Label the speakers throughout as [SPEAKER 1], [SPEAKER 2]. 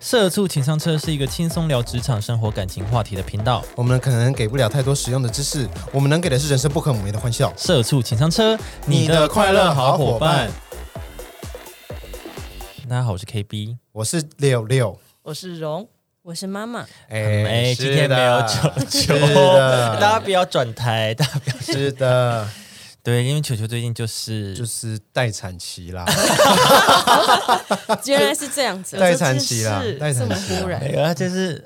[SPEAKER 1] 社畜情商车是一个轻松聊职场、生活、感情话题的频道。
[SPEAKER 2] 我们可能给不了太多实用的知识，我们能给的是人生不可磨灭的欢笑。
[SPEAKER 1] 社畜情商车，
[SPEAKER 2] 你的快乐好伙伴。
[SPEAKER 1] 大家好，我是 KB。
[SPEAKER 2] 我是六六，
[SPEAKER 3] 我是荣，我是妈妈。
[SPEAKER 1] 哎、
[SPEAKER 2] 哎
[SPEAKER 1] 今天没有球
[SPEAKER 2] 是
[SPEAKER 1] 球，
[SPEAKER 2] 的
[SPEAKER 1] 大家不要转台，大家不要
[SPEAKER 2] 是的，
[SPEAKER 1] 对，因为球球最近就是
[SPEAKER 2] 就是待产 期啦，
[SPEAKER 3] 原来是这样子，
[SPEAKER 2] 待产期啦
[SPEAKER 3] 这件事
[SPEAKER 2] 待产
[SPEAKER 3] 这么
[SPEAKER 2] 期啦
[SPEAKER 3] 突
[SPEAKER 1] 哎
[SPEAKER 3] 然，
[SPEAKER 1] 呀，就是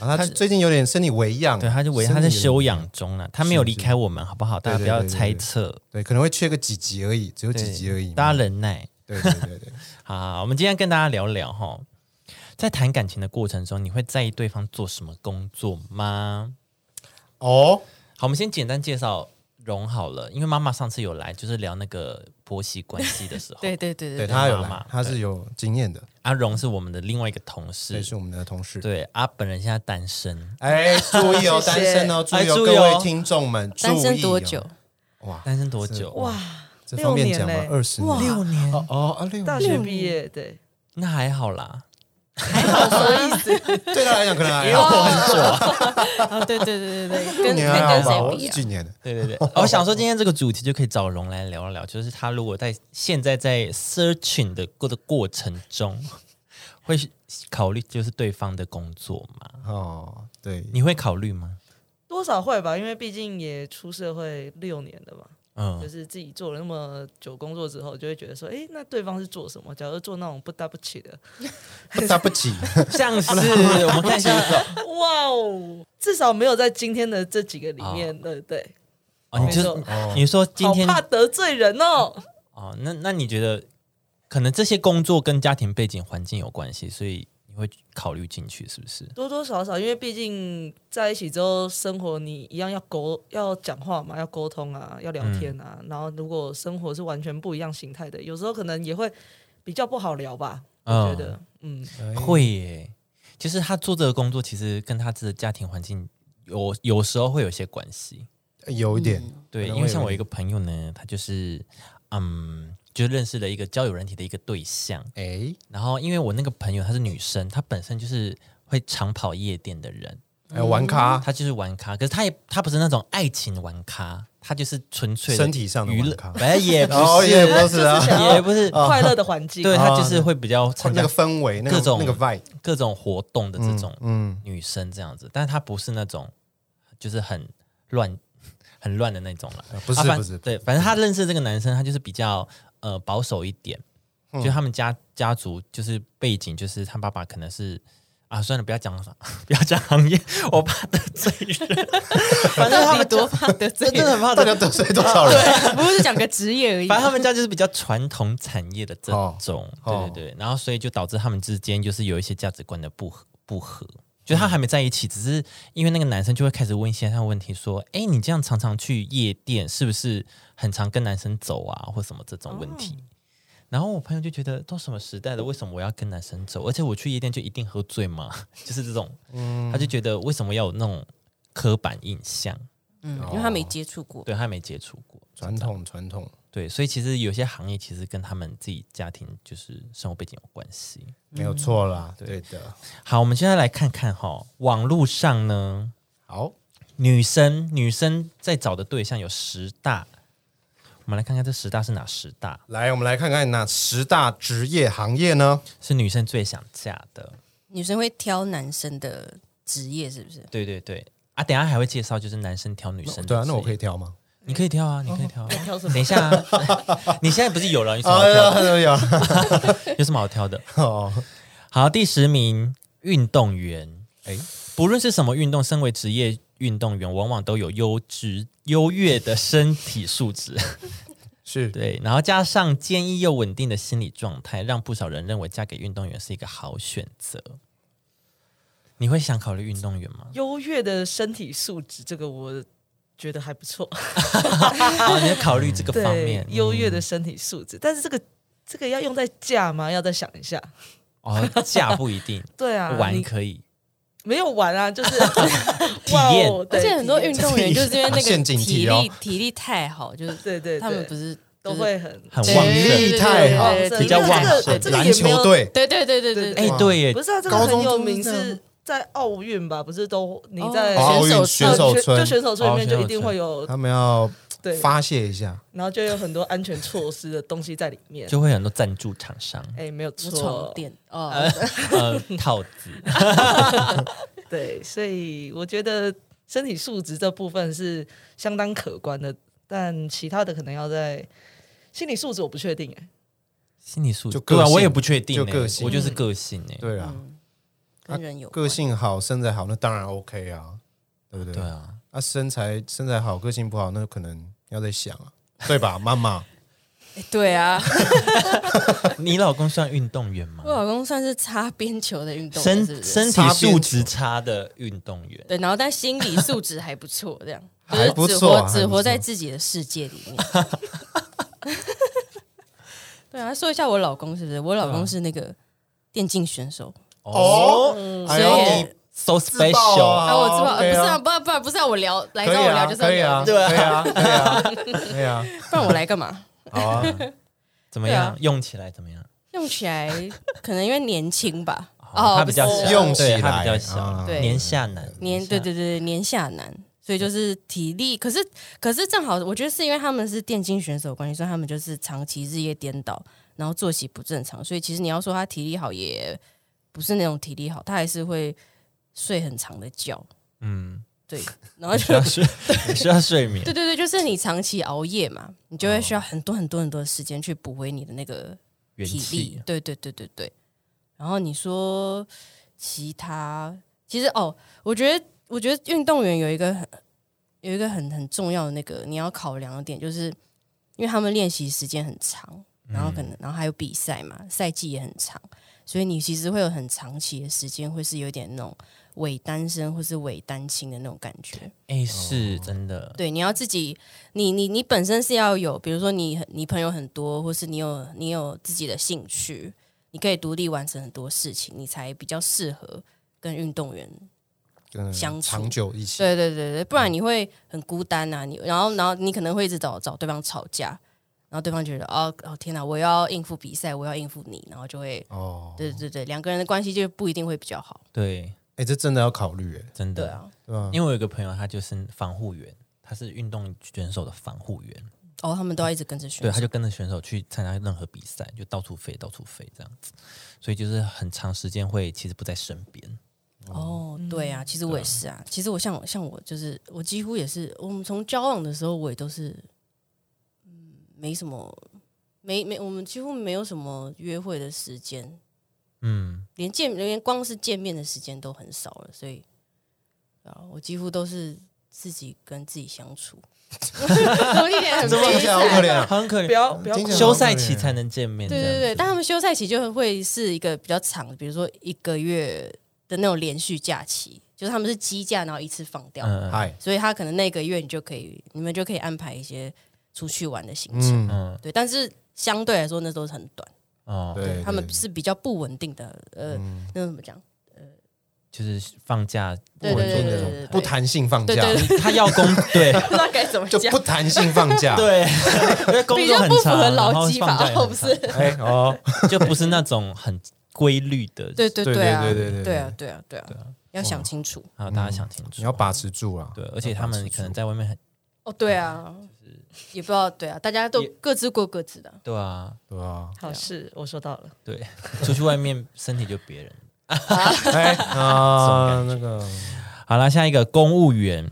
[SPEAKER 2] 啊他最近有点身体微恙，
[SPEAKER 1] 对，他就维他在休养中啊了，他没有离开我们，好不好？大家
[SPEAKER 2] 对
[SPEAKER 1] 不
[SPEAKER 2] 对
[SPEAKER 1] 要
[SPEAKER 2] 对对
[SPEAKER 1] 猜测，
[SPEAKER 2] 对，可能会缺个几集而已，只有几
[SPEAKER 1] 对
[SPEAKER 2] 集而已嘛。
[SPEAKER 1] 大家忍耐。
[SPEAKER 2] 对对对对，
[SPEAKER 1] 好好，好我们今天跟大家聊聊哈，在谈感情的过程中，你会在意对方做什么工作吗？
[SPEAKER 2] 哦，
[SPEAKER 1] 好，我们先简单介绍荣好了，因为妈妈上次有来，就是聊那个婆媳关系的时 候。
[SPEAKER 3] 对对对
[SPEAKER 2] 对
[SPEAKER 3] 对，
[SPEAKER 2] 他有
[SPEAKER 1] 妈妈
[SPEAKER 2] 来，他是有经验的，
[SPEAKER 1] 阿荣是我们的另外一个同
[SPEAKER 2] 对，
[SPEAKER 1] 事，
[SPEAKER 2] 是我们的同事。
[SPEAKER 1] 对，阿、本人现在单身，
[SPEAKER 2] 哎，注 意哦，
[SPEAKER 3] 谢
[SPEAKER 2] 单
[SPEAKER 3] 谢
[SPEAKER 2] 身哦，注
[SPEAKER 1] 哎
[SPEAKER 2] 意哦，
[SPEAKER 1] 注
[SPEAKER 2] 各
[SPEAKER 1] 意哦
[SPEAKER 2] 位听众们，注
[SPEAKER 3] 单身
[SPEAKER 2] 意
[SPEAKER 3] 多
[SPEAKER 2] 哦
[SPEAKER 3] 久？？
[SPEAKER 2] 哇，
[SPEAKER 1] 单身多久？
[SPEAKER 3] 哇，
[SPEAKER 2] 这方便
[SPEAKER 3] 六
[SPEAKER 2] 讲
[SPEAKER 3] 年
[SPEAKER 2] 吗？
[SPEAKER 3] 嘞
[SPEAKER 2] 二十年，
[SPEAKER 1] 六年，
[SPEAKER 2] 哦哦，啊六
[SPEAKER 3] 大
[SPEAKER 2] 年
[SPEAKER 3] 学毕业，对，
[SPEAKER 1] 那还好啦。
[SPEAKER 3] 什么意思？
[SPEAKER 2] 对他来讲可能还
[SPEAKER 1] 因为
[SPEAKER 2] 好，
[SPEAKER 1] 我很左，
[SPEAKER 3] 啊，对对对对对，
[SPEAKER 2] 六
[SPEAKER 3] 跟
[SPEAKER 2] 年还
[SPEAKER 3] 跟
[SPEAKER 2] 好吧？
[SPEAKER 3] 谁
[SPEAKER 2] 我
[SPEAKER 3] 比
[SPEAKER 2] 是
[SPEAKER 3] 啊？
[SPEAKER 2] 几年的？
[SPEAKER 1] 对 对对，哦我想说今天这个主题就可以找荣来聊一聊，就是他如果在现在在 searching 的过的过程中， 会考虑就是对方的工作吗？
[SPEAKER 2] 哦，对，
[SPEAKER 1] 你会考虑吗？
[SPEAKER 3] 多少会吧，因为毕竟也出社会六年了嘛，就
[SPEAKER 1] 嗯，
[SPEAKER 3] 是自己做了那么久工作之后，就会觉得说，哎，那对方是做什么？假如做那种不搭不起的，
[SPEAKER 2] 不搭不起，
[SPEAKER 1] 像是我们看一下
[SPEAKER 3] 哇哦，至少没有在今天的这几个里面，对不对？
[SPEAKER 1] 哦，你
[SPEAKER 3] 没
[SPEAKER 1] 就
[SPEAKER 3] 错
[SPEAKER 2] 哦，
[SPEAKER 1] 你说今
[SPEAKER 3] 好
[SPEAKER 1] 天
[SPEAKER 3] 怕得罪人哦。
[SPEAKER 1] 哦，那那你觉得可能这些工作跟家庭背景环境有关系，所以你会考虑进去是不是？
[SPEAKER 3] 多多少少，因为毕竟在一起之后生活，你一样要沟要讲话嘛，要沟通啊，要聊天啊。然后如果生活是完全不一样形态的，有时候可能也会比较不好聊吧。我觉得，嗯，
[SPEAKER 1] 会耶，就是他做这个工作，其实跟他自己的家庭环境有有时候会有些关系。
[SPEAKER 2] 哎有一点，
[SPEAKER 1] 对，
[SPEAKER 2] 可能
[SPEAKER 1] 因为
[SPEAKER 2] 会
[SPEAKER 1] 像
[SPEAKER 2] 有
[SPEAKER 1] 我
[SPEAKER 2] 一
[SPEAKER 1] 一个朋友呢，他就是嗯，就认识了一个交友人体的一个对象，
[SPEAKER 2] 哎，
[SPEAKER 1] 然后因为我那个朋友她是女生，她本身就是会长跑夜店的人，
[SPEAKER 2] 还有玩咖，
[SPEAKER 1] 她就是玩咖，可是她也她不是那种爱情玩咖，她就是纯粹的
[SPEAKER 2] 身体上的
[SPEAKER 1] 娱
[SPEAKER 2] 玩
[SPEAKER 1] 乐
[SPEAKER 2] 咖，
[SPEAKER 1] 哎也不是，
[SPEAKER 2] 哦，也不是啊
[SPEAKER 3] 就是，想
[SPEAKER 1] 也
[SPEAKER 3] 要
[SPEAKER 1] 不是，
[SPEAKER 3] 快乐的环境，
[SPEAKER 1] 对她就是会比较参
[SPEAKER 2] 那
[SPEAKER 1] 加
[SPEAKER 2] 个氛围，那
[SPEAKER 1] 各
[SPEAKER 2] 个
[SPEAKER 1] 种
[SPEAKER 2] 那个 vibe，
[SPEAKER 1] 各种活动的这种
[SPEAKER 2] 嗯，
[SPEAKER 1] 女生这样子，但是她不是那种就是很乱、 很乱的那种了、
[SPEAKER 2] 啊不是
[SPEAKER 1] 啊反
[SPEAKER 2] 不是
[SPEAKER 1] 对，反正她认识这个男生，他就是比较呃保守一点，
[SPEAKER 2] 嗯
[SPEAKER 1] 就他们家家族就是背景，就是他爸爸可能是。啊，算了，不要讲，不要讲行业，我怕得罪人。反正他们多怕得罪，真的很怕
[SPEAKER 2] 大
[SPEAKER 1] 得
[SPEAKER 2] 家得罪多少人？
[SPEAKER 4] 不过就讲个职业而已
[SPEAKER 1] 反。正他们家就是比较传统产业的这种，对
[SPEAKER 2] 哦
[SPEAKER 1] 对对，然后所以就导致他们之间就是有一些价值观的不合不合。就是他还没在一起，只是因为那个男生就会开始问一些他的问题，说：“哎，你这样常常去夜店，是不是很常跟男生走啊，或什么这种问
[SPEAKER 2] 哦
[SPEAKER 1] 题？”然后我朋友就觉得，都什么时代了，为什么我要跟男生走？而且我去夜店就一定喝醉吗？ 就是这种，
[SPEAKER 2] 嗯
[SPEAKER 1] 他就觉得为什么要有那种刻板印象？
[SPEAKER 4] 嗯，因为他没接触过。
[SPEAKER 1] 对他没接触过，
[SPEAKER 2] 传统传统，
[SPEAKER 1] 对，所以其实有些行业其实跟他们自己家庭就是生活背景有关系。
[SPEAKER 2] 没有错啦，对的，
[SPEAKER 1] 好，我们现在来看看哈、网络上呢，
[SPEAKER 2] 好，
[SPEAKER 1] 女生女生在找的对象有十大，我们来看看这十大是哪十大，
[SPEAKER 2] 来，我们来看看哪十大职业行业呢？
[SPEAKER 1] 是女生最想嫁的。
[SPEAKER 4] 女生会挑男生的职业是不是？
[SPEAKER 1] 对对对，啊，等一下还会介绍就是男生挑女生的
[SPEAKER 2] 对啊，那我可
[SPEAKER 1] 以，
[SPEAKER 2] 以哦挑吗？
[SPEAKER 1] 你可以挑啊，你可以挑、啊。
[SPEAKER 3] 挑什么？
[SPEAKER 1] 等一下、啊， 你现在不是有了，有什么好
[SPEAKER 2] 哎
[SPEAKER 1] 挑
[SPEAKER 2] 呀，
[SPEAKER 1] 的？
[SPEAKER 2] 有有，
[SPEAKER 1] 有什么好挑的？
[SPEAKER 2] 哦
[SPEAKER 1] 好，第十名，运动员。
[SPEAKER 2] 哎，
[SPEAKER 1] 不论是什么运动，身为职业运动员，往往都有优质优越的身体素质，
[SPEAKER 2] 是
[SPEAKER 1] 对，然后加上坚毅又稳定的心理状态，让不少人认为嫁给运动员是一个好选择。你会想考虑运动员吗
[SPEAKER 3] 优越的身体素质，这个我觉得还不错。
[SPEAKER 1] 啊，你要考虑这个方
[SPEAKER 3] 对
[SPEAKER 1] 面，，嗯
[SPEAKER 3] 优越的身体素质，但是这个这个要用在嫁吗？要再想一下。
[SPEAKER 1] 哦，嫁不一定，
[SPEAKER 3] 对 啊，
[SPEAKER 1] 玩
[SPEAKER 3] 你
[SPEAKER 1] 可以，
[SPEAKER 3] 没有玩啊，就是
[SPEAKER 1] 体验
[SPEAKER 3] 哇哦对
[SPEAKER 4] 而且很多
[SPEAKER 3] 体验
[SPEAKER 4] 运动员就是因为那个
[SPEAKER 2] 陷阱
[SPEAKER 4] 体
[SPEAKER 2] 题哦
[SPEAKER 4] 力体力太好，就是
[SPEAKER 3] 对对对
[SPEAKER 4] 他们不是
[SPEAKER 3] 都会很
[SPEAKER 1] 很
[SPEAKER 4] 对
[SPEAKER 1] 旺
[SPEAKER 4] 对
[SPEAKER 1] 盛。
[SPEAKER 2] 力太好
[SPEAKER 4] 对对对对
[SPEAKER 1] 比较旺盛
[SPEAKER 3] 这个这个也
[SPEAKER 2] 篮
[SPEAKER 3] 没有
[SPEAKER 2] 球队
[SPEAKER 4] 对对对对对对，
[SPEAKER 1] 哎，对耶
[SPEAKER 3] 不，是啊，这个
[SPEAKER 2] 高
[SPEAKER 3] 很
[SPEAKER 2] 中
[SPEAKER 3] 有
[SPEAKER 2] 都是
[SPEAKER 3] 名
[SPEAKER 2] 这样
[SPEAKER 3] 是在奥运吧？不是都你
[SPEAKER 4] 哦
[SPEAKER 3] 在
[SPEAKER 4] 哦
[SPEAKER 2] 奥
[SPEAKER 4] 选手
[SPEAKER 2] 运选手
[SPEAKER 3] 就就
[SPEAKER 2] 村，
[SPEAKER 3] 选手村里面
[SPEAKER 1] 哦
[SPEAKER 3] 就一
[SPEAKER 1] 选手
[SPEAKER 3] 定
[SPEAKER 1] 村
[SPEAKER 3] 会有
[SPEAKER 2] 他们要
[SPEAKER 3] 对，
[SPEAKER 2] 发泄一下。
[SPEAKER 3] 然后就有很多安全措施的东西在里面。
[SPEAKER 1] 就会有很多赞助厂 商，
[SPEAKER 3] 哎，没有
[SPEAKER 4] 无床
[SPEAKER 3] 错，
[SPEAKER 4] 垫哦，
[SPEAKER 1] 呃，套子，
[SPEAKER 3] 对，所以我觉得身体素质这部分是相当可观的，但其他的可能要在心理素质我不确定哎、
[SPEAKER 1] 心理素质
[SPEAKER 2] 就，
[SPEAKER 1] 对啊，
[SPEAKER 2] 个性
[SPEAKER 1] 我也不确定欸，
[SPEAKER 2] 就个性
[SPEAKER 1] 我就是个性哎，
[SPEAKER 2] 对啊，
[SPEAKER 4] 嗯，跟人有
[SPEAKER 2] 个性好、身材好，那当然 OK 啊，对不对
[SPEAKER 1] 对？啊，
[SPEAKER 2] 啊，身材身材好、个性不好，那可能要再想啊，对 吧，妈妈？
[SPEAKER 4] 关对啊，
[SPEAKER 1] 你老公算运动员吗
[SPEAKER 4] 我？老公算是擦边球的运动员，是
[SPEAKER 1] 身
[SPEAKER 4] 不
[SPEAKER 1] 身
[SPEAKER 4] 是
[SPEAKER 1] 体素质差的运动员，
[SPEAKER 4] 对，然后但心理素质还不错，这样
[SPEAKER 2] 还不
[SPEAKER 4] 就是只
[SPEAKER 2] 错
[SPEAKER 4] 活
[SPEAKER 2] 还
[SPEAKER 4] 只
[SPEAKER 2] 不
[SPEAKER 4] 活
[SPEAKER 2] 错
[SPEAKER 4] 在自己的世界里面。 对啊，说一下我老公是不是？我老公是那个电竞选手，
[SPEAKER 2] 哦，哎
[SPEAKER 4] 所以
[SPEAKER 2] 呦，你
[SPEAKER 1] ，so
[SPEAKER 2] 自爆
[SPEAKER 1] special，
[SPEAKER 2] 啊
[SPEAKER 4] 啊，我知道，呃
[SPEAKER 2] OK
[SPEAKER 4] 不是啊，
[SPEAKER 2] 啊
[SPEAKER 4] 不然不然不是啊，我聊来
[SPEAKER 2] 可
[SPEAKER 4] 找
[SPEAKER 2] 以
[SPEAKER 4] 我聊
[SPEAKER 2] 啊，
[SPEAKER 4] 就是要
[SPEAKER 2] 可以啊，
[SPEAKER 4] 聊这
[SPEAKER 2] 对啊，可以啊，可以啊，
[SPEAKER 4] 个，不然我来干嘛？
[SPEAKER 2] 好啊，
[SPEAKER 1] 怎么
[SPEAKER 4] 对啊
[SPEAKER 1] 样？用起来怎么样？
[SPEAKER 4] 用起来可能因为年轻吧，
[SPEAKER 1] 哦他比较
[SPEAKER 4] 哦不是啊
[SPEAKER 1] 小，
[SPEAKER 2] 用起
[SPEAKER 1] 对他
[SPEAKER 2] 来
[SPEAKER 1] 比较小，
[SPEAKER 2] 啊
[SPEAKER 4] 对
[SPEAKER 1] 年下男，
[SPEAKER 4] 年对对对年下男，所以就是体力，可是可是正好，我觉得是因为他们是电竞选手的关系，所以他们就是长期日夜颠倒，然后作息不正常，所以其实你要说他体力好，也不是那种体力好，他还是会睡很长的觉，
[SPEAKER 1] 嗯，
[SPEAKER 4] 对，然后
[SPEAKER 1] 需
[SPEAKER 4] 就
[SPEAKER 1] 要睡， 需要睡眠
[SPEAKER 4] 对，对对，就是你长期熬夜嘛，你就会需要很多很多很多的时间去补回你的那个
[SPEAKER 1] 元
[SPEAKER 4] 体力
[SPEAKER 1] 气，，啊
[SPEAKER 4] 对对对对对。然后你说其他，其实哦，我觉得我觉得运动员有一个很有一个很很重要的那个你要考量的点，就是因为他们练习时间很长，然后可
[SPEAKER 1] 嗯
[SPEAKER 4] 能、然后还有比赛嘛，赛季也很长，所以你其实会有很长期的时间会是有点那种伪单身或是伪单亲的那种感觉。
[SPEAKER 1] 哎，
[SPEAKER 2] 哦
[SPEAKER 1] 是真的，
[SPEAKER 4] 对，你要自己，你你你本身是要有，比如说你你朋友很多，或是你有你有自己的兴趣，你可以独立完成很多事情，你才比较适合跟运动员。
[SPEAKER 2] 嗯
[SPEAKER 4] 相处
[SPEAKER 2] 长久一起，
[SPEAKER 4] 对对对对，不然你会很孤单呐、你然后然后你可能会一直找找对方吵架，然后对方觉得哦哦天哪，我要应付比赛，我要应付你，然后就会
[SPEAKER 2] 哦，
[SPEAKER 4] 对对对，两个人的关系就不一定会比较好。
[SPEAKER 1] 对，
[SPEAKER 2] 哎，这真的要考虑，哎，
[SPEAKER 1] 真
[SPEAKER 4] 对
[SPEAKER 1] 的，
[SPEAKER 4] 啊，
[SPEAKER 2] 对吧？
[SPEAKER 1] 因为我有个朋友，他就是防护员，他是运动选手的防护员，
[SPEAKER 4] 哦，他们都要一直跟着选
[SPEAKER 1] 对，他
[SPEAKER 4] 手。
[SPEAKER 1] 就跟着选手去参加任何比赛，就到处飞，到处飞这样子，所以就是很长时间会其实不在身边，
[SPEAKER 4] 哦，对啊，其实我也是啊。其实我像我像我就是我几乎也是，我们从交往的时候我也都是，嗯，没什么，没没，我们几乎没有什么约会的时间，
[SPEAKER 1] 嗯，
[SPEAKER 4] 连见连光是见面的时间都很少了，所以啊，我几乎都是自己跟自己相处， 怎么一点很
[SPEAKER 2] 这么
[SPEAKER 4] 悲
[SPEAKER 2] 听起来好可
[SPEAKER 4] 惨。
[SPEAKER 2] 怜啊，
[SPEAKER 1] 很可
[SPEAKER 3] 不
[SPEAKER 1] 怜，
[SPEAKER 3] 要不要
[SPEAKER 2] 听起来
[SPEAKER 1] 休赛期才能见面，
[SPEAKER 4] 对
[SPEAKER 1] 这样
[SPEAKER 4] 对
[SPEAKER 1] 子
[SPEAKER 4] 对，但他们休赛期就会是一个比较长的，比如说一个月的那种连续假期，就是他们是积假，然后一次放掉。
[SPEAKER 1] 嗯嗯
[SPEAKER 2] 嗨，
[SPEAKER 4] 所以他可能那个月你就可以，你们就可以安排一些出去玩的行程，
[SPEAKER 2] 嗯，
[SPEAKER 1] 嗯
[SPEAKER 4] 对。但是相对来说，那都是很短，
[SPEAKER 1] 哦，
[SPEAKER 2] 对，
[SPEAKER 4] 他们
[SPEAKER 2] 对
[SPEAKER 4] 是比较不稳定的，呃，
[SPEAKER 2] 嗯
[SPEAKER 4] 那怎么讲？
[SPEAKER 1] 就是放假，
[SPEAKER 4] 对对对
[SPEAKER 2] 不稳定的
[SPEAKER 4] 对对对
[SPEAKER 2] 不弹性放
[SPEAKER 4] 对
[SPEAKER 2] 假
[SPEAKER 4] 对， 对，
[SPEAKER 1] 他要工对。
[SPEAKER 4] 不知道该怎么
[SPEAKER 2] 就
[SPEAKER 4] 讲
[SPEAKER 2] 不，弹性放 假，
[SPEAKER 1] 对， 因为工
[SPEAKER 4] 比
[SPEAKER 1] 作
[SPEAKER 4] 较
[SPEAKER 1] 很
[SPEAKER 4] 不符
[SPEAKER 1] 长，啊
[SPEAKER 4] 合
[SPEAKER 1] 然后
[SPEAKER 4] 劳基
[SPEAKER 1] 放假
[SPEAKER 4] 法
[SPEAKER 1] 也
[SPEAKER 4] 哦，
[SPEAKER 1] 很
[SPEAKER 4] 不是
[SPEAKER 1] 长？
[SPEAKER 2] 哎哦，
[SPEAKER 1] 就不是那种很规律的。
[SPEAKER 4] 对对
[SPEAKER 2] 对
[SPEAKER 4] 对啊，
[SPEAKER 2] 对
[SPEAKER 4] 对
[SPEAKER 2] 对对对
[SPEAKER 4] 啊，对啊，对啊，要想清楚
[SPEAKER 1] 啊，大家想清楚，
[SPEAKER 2] 你要把持住啊，
[SPEAKER 1] 对，而且他们可能在外面很
[SPEAKER 4] 哦，对啊，也不知道，对啊，大家都
[SPEAKER 1] 也
[SPEAKER 4] 各自过各自的，
[SPEAKER 1] 对啊，
[SPEAKER 2] 对啊，
[SPEAKER 3] 好事，我收到了。
[SPEAKER 1] 对，出去外面身体就别人。
[SPEAKER 2] 哎啊，那个
[SPEAKER 1] 好啦，下一个公务员。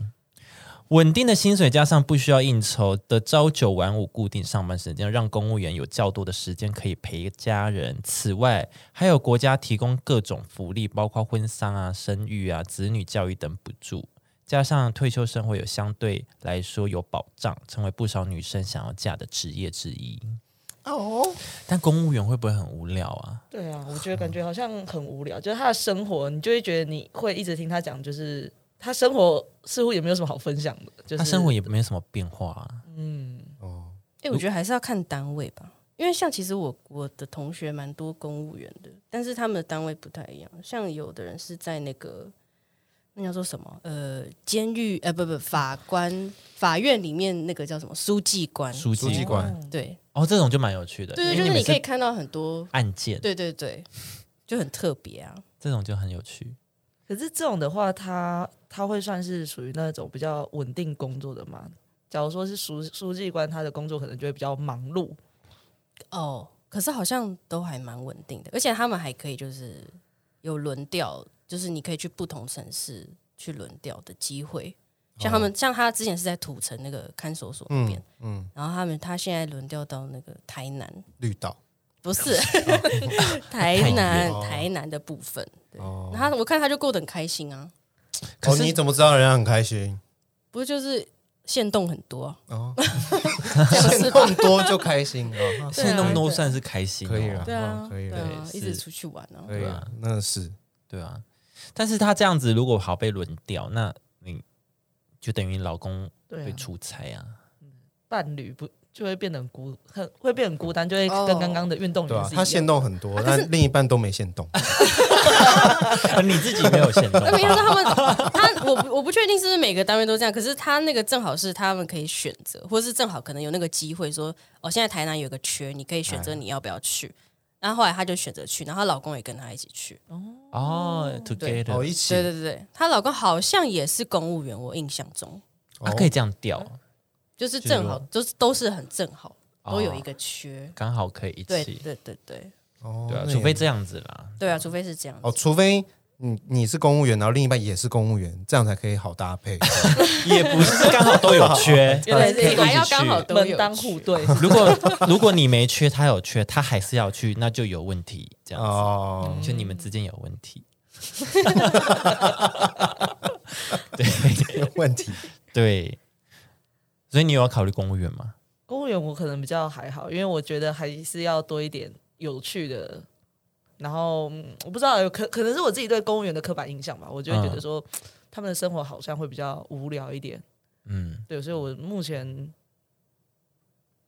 [SPEAKER 1] 稳定的薪水加上不需要应酬的朝九晚五固定上班时间，让公务员有较多的时间可以陪家人。此外，还有国家提供各种福利，包括婚丧啊、生育啊、子女教育等补助，加上退休生活有相对来说有保障，成为不少女生想要嫁的职业之一。
[SPEAKER 2] 哦，
[SPEAKER 1] 但公务员会不会很无聊啊？
[SPEAKER 3] 对啊，我觉得感觉好像很无聊，就是他的生活，你就会觉得你会一直听他讲，就是他生活似乎也没有什么好分享的，就是
[SPEAKER 1] 他生活也没什么变化啊。
[SPEAKER 4] 哎，
[SPEAKER 1] 嗯
[SPEAKER 4] 我觉得还是要看单位吧，因为像其实我我的同学蛮多公务员的，但是他们的单位不太一样，像有的人是在那个那叫做什么？呃，监狱呃，不不，法官法院里面那个叫什么书记官？
[SPEAKER 1] 书
[SPEAKER 2] 书
[SPEAKER 1] 记
[SPEAKER 2] 记官
[SPEAKER 4] 对
[SPEAKER 1] 哦，这种就蛮有趣的，
[SPEAKER 4] 对对，
[SPEAKER 1] 因
[SPEAKER 4] 就
[SPEAKER 1] 为
[SPEAKER 4] 是
[SPEAKER 1] 每
[SPEAKER 4] 你可以
[SPEAKER 1] 次
[SPEAKER 4] 看到很多，
[SPEAKER 1] 按键，
[SPEAKER 4] 对对对，就很特别啊。
[SPEAKER 1] 这种就很有趣。
[SPEAKER 3] 可是这种的话，他他会算是属于那种比较稳定工作的吗？假如说是书书记官，他的工作可能就会比较忙碌，
[SPEAKER 4] 哦，可是好像都还蛮稳定的，而且他们还可以就是有轮调，就是你可以去不同城市去轮调的机会。像他们，像他之前是在土城那个看守所那边，
[SPEAKER 2] 哦嗯嗯，
[SPEAKER 4] 然后他们他现在轮调到那个台南，
[SPEAKER 2] 绿岛
[SPEAKER 4] 不是 台南
[SPEAKER 2] 哦
[SPEAKER 4] 台南的部分。
[SPEAKER 2] 哦
[SPEAKER 4] 然后他我看他就过得很开心啊，
[SPEAKER 1] 可
[SPEAKER 2] 哦，
[SPEAKER 1] 是
[SPEAKER 2] 你怎么知道人家很开心？
[SPEAKER 4] 不是就是限动很多、啊，
[SPEAKER 2] 哦，
[SPEAKER 4] 这样 是
[SPEAKER 2] 钱
[SPEAKER 4] 吧？
[SPEAKER 2] 弄多就开心哦，
[SPEAKER 4] 对
[SPEAKER 1] 现
[SPEAKER 4] 啊
[SPEAKER 1] 在弄
[SPEAKER 4] 对
[SPEAKER 1] 都
[SPEAKER 4] 啊
[SPEAKER 1] 算是开心、哦，
[SPEAKER 2] 可以啦
[SPEAKER 4] 对啊，
[SPEAKER 2] 可以
[SPEAKER 4] 对啊，
[SPEAKER 1] 对
[SPEAKER 4] 一直
[SPEAKER 1] 是
[SPEAKER 4] 出去玩啊。
[SPEAKER 2] 可以啊，那是
[SPEAKER 1] 对啊。但是他这样子如果好被轮掉，那你就等于老公
[SPEAKER 3] 对
[SPEAKER 1] 会
[SPEAKER 3] 啊，
[SPEAKER 1] 出差啊。
[SPEAKER 3] 伴侣不就会变得很孤，很会变得很孤单，就会跟刚刚的运动
[SPEAKER 2] 对
[SPEAKER 3] 员
[SPEAKER 2] 啊
[SPEAKER 3] 是，一样。
[SPEAKER 2] 他限动很多，但另一半都没限动，
[SPEAKER 1] 而啊你自己没有限动
[SPEAKER 4] 啊 那没有，啊
[SPEAKER 1] 吧，
[SPEAKER 4] 是他们，他我不我不确定是不是每个单位都这样，可是他那个正好是他们可以选择，或是正好可能有那个机会说，哦，现在台南有个缺，你可以选择你要不要去。然后后来她就选择去，然后她老公也跟她一起去。
[SPEAKER 1] 哦
[SPEAKER 2] 哦，
[SPEAKER 1] ，together，
[SPEAKER 2] 一起
[SPEAKER 4] 对对对对，她老公好像也是公务员，我印象中
[SPEAKER 1] 他、
[SPEAKER 2] 哦
[SPEAKER 1] 可以这样掉，
[SPEAKER 4] 就是正好，就是哦都是很正好，都有一个缺。
[SPEAKER 1] 刚好可以一
[SPEAKER 4] 对
[SPEAKER 1] 起，
[SPEAKER 4] 对对对
[SPEAKER 2] 哦
[SPEAKER 1] 对啊，
[SPEAKER 2] 那也
[SPEAKER 1] 除非这样子啦。
[SPEAKER 4] 对啊，除非是这样子。
[SPEAKER 2] 哦，除非你你是公务员，然后另一半也是公务员，这样才可以好搭配。
[SPEAKER 1] 也不是刚好都有 缺
[SPEAKER 3] 原来是
[SPEAKER 1] 可以一起
[SPEAKER 4] 还要刚好
[SPEAKER 1] 去
[SPEAKER 4] 都有
[SPEAKER 3] 门当户
[SPEAKER 4] 去
[SPEAKER 3] 对，
[SPEAKER 1] 如果如果你没缺，他有缺，他还是要去，那就有问题。这样子，
[SPEAKER 2] 哦，
[SPEAKER 1] 就你们之间有问题。
[SPEAKER 2] 有问题
[SPEAKER 1] 对，所以你有要考虑公务员吗？
[SPEAKER 3] 公务员我可能比较还好，因为我觉得还是要多一点有趣的。然后嗯我不知道，有可可能是我自己对公务员的刻板印象吧，我就会觉得说、他们的生活好像会比较无聊一点。
[SPEAKER 1] 嗯，
[SPEAKER 3] 对，所以我目前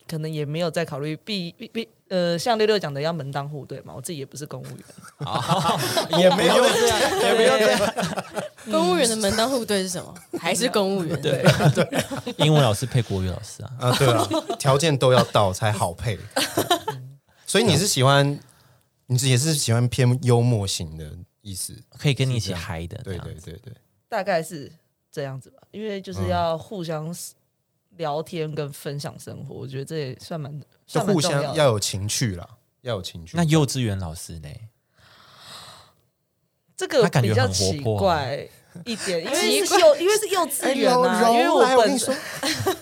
[SPEAKER 3] 可能也没有在考虑必必必呃，像六六讲的要门当户对嘛，我自己也不是公务 员，
[SPEAKER 2] 也没有这样，也没有这样。
[SPEAKER 4] 公务员的门当户对是什么？ 还是公务员？对，
[SPEAKER 1] 英文老师配国语老师啊，
[SPEAKER 2] 啊，对啊，条件都要到才好配。所以你是喜欢，你是也是喜欢偏幽默型的意思？
[SPEAKER 1] 可以跟你一起
[SPEAKER 2] 是这样
[SPEAKER 1] 嗨的。
[SPEAKER 2] 对
[SPEAKER 1] 啊这样
[SPEAKER 2] 对
[SPEAKER 1] 子
[SPEAKER 2] 对对，
[SPEAKER 3] 大概是这样子吧。因为就是要互相聊天跟分享生活，我觉得这也算蛮
[SPEAKER 2] 就
[SPEAKER 3] 算蛮
[SPEAKER 2] 互
[SPEAKER 3] 重
[SPEAKER 2] 相
[SPEAKER 3] 的
[SPEAKER 2] 要有情趣啦，要有情趣。
[SPEAKER 1] 那幼稚园老师嘞？
[SPEAKER 3] 这个
[SPEAKER 1] 他感觉
[SPEAKER 3] 比较
[SPEAKER 1] 很活
[SPEAKER 3] 奇
[SPEAKER 1] 泼啊
[SPEAKER 3] 怪一点，因为
[SPEAKER 4] 奇怪
[SPEAKER 3] 是幼，因为是幼稚园啊，因为
[SPEAKER 2] 来
[SPEAKER 3] 我
[SPEAKER 2] 我跟
[SPEAKER 3] 本
[SPEAKER 2] 你
[SPEAKER 3] 身
[SPEAKER 2] 说，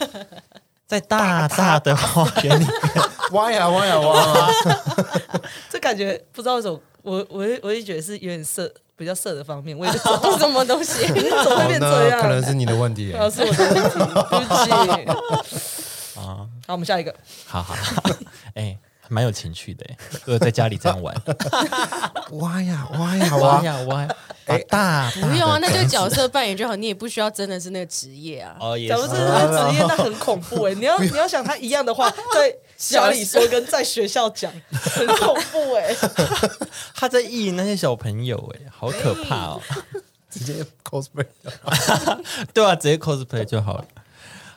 [SPEAKER 1] 在大大的花园里，
[SPEAKER 2] 挖呀挖呀挖，
[SPEAKER 3] 这感觉不知道为什么，我我也我也觉得是有点色，比较色的方面，我也不知 道
[SPEAKER 4] 什么东西？
[SPEAKER 3] 怎么会变这
[SPEAKER 2] 哦那
[SPEAKER 3] 样，
[SPEAKER 2] 可能是你的问题 耶。
[SPEAKER 3] 要是我的问题，对不
[SPEAKER 1] 啊
[SPEAKER 3] 起。啊，好，我们下一个。
[SPEAKER 1] 好好好， 哎、蛮有情趣的、欸。如果在家里这样 玩，
[SPEAKER 2] 挖呀挖 呀
[SPEAKER 1] 哇
[SPEAKER 2] 哎挖，
[SPEAKER 1] 呀哇呀，把大
[SPEAKER 4] 不用啊，那就角色扮演就好，你也不需要真的是那个职业啊。
[SPEAKER 1] 哦也
[SPEAKER 3] 假如
[SPEAKER 1] 是
[SPEAKER 3] 这是他的职业，那很恐怖哎、你要你要想他一样的话，在家里说跟在学校讲，很恐怖哎、
[SPEAKER 1] 他在意淫那些小朋友、欸，哎，好可怕哦。
[SPEAKER 2] 直接 cosplay
[SPEAKER 1] 对啊，直接 cosplay 就好了。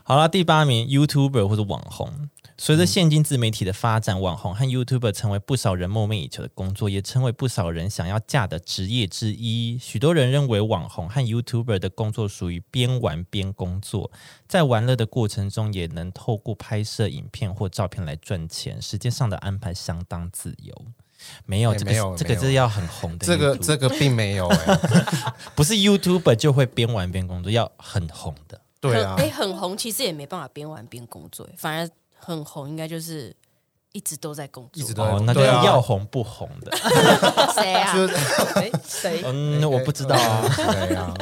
[SPEAKER 1] 好了，第八名，YouTuber 或者网红。随着现今自媒体的发展，网红和 YouTuber 成为不少人梦寐以求的工作，也成为不少人想要嫁的职业之一。许多人认为网红和 YouTuber 的工作属于边玩边工作，在玩乐的过程中也能透过拍摄影片或照片来赚钱，时间上的安排相当自由。没有
[SPEAKER 2] 哎
[SPEAKER 1] 这个
[SPEAKER 2] 没有，
[SPEAKER 1] 这个
[SPEAKER 2] 没有
[SPEAKER 1] 是要很红的 YouTuber。
[SPEAKER 2] 这个这个并没有哎，
[SPEAKER 1] 不是 YouTuber 就会边玩边工作，要很红的。
[SPEAKER 2] 对啊
[SPEAKER 4] 哎、，很红，其实也没办法边玩边工作，反而很红应该就是一直都在工作。
[SPEAKER 2] 一直都
[SPEAKER 1] 哦，那就是
[SPEAKER 2] 对啊
[SPEAKER 1] 要红不红 的。
[SPEAKER 4] 谁啊？
[SPEAKER 2] 就是
[SPEAKER 3] 哎谁？
[SPEAKER 1] 嗯，我不知道嗯啊。
[SPEAKER 2] 哎 对啊，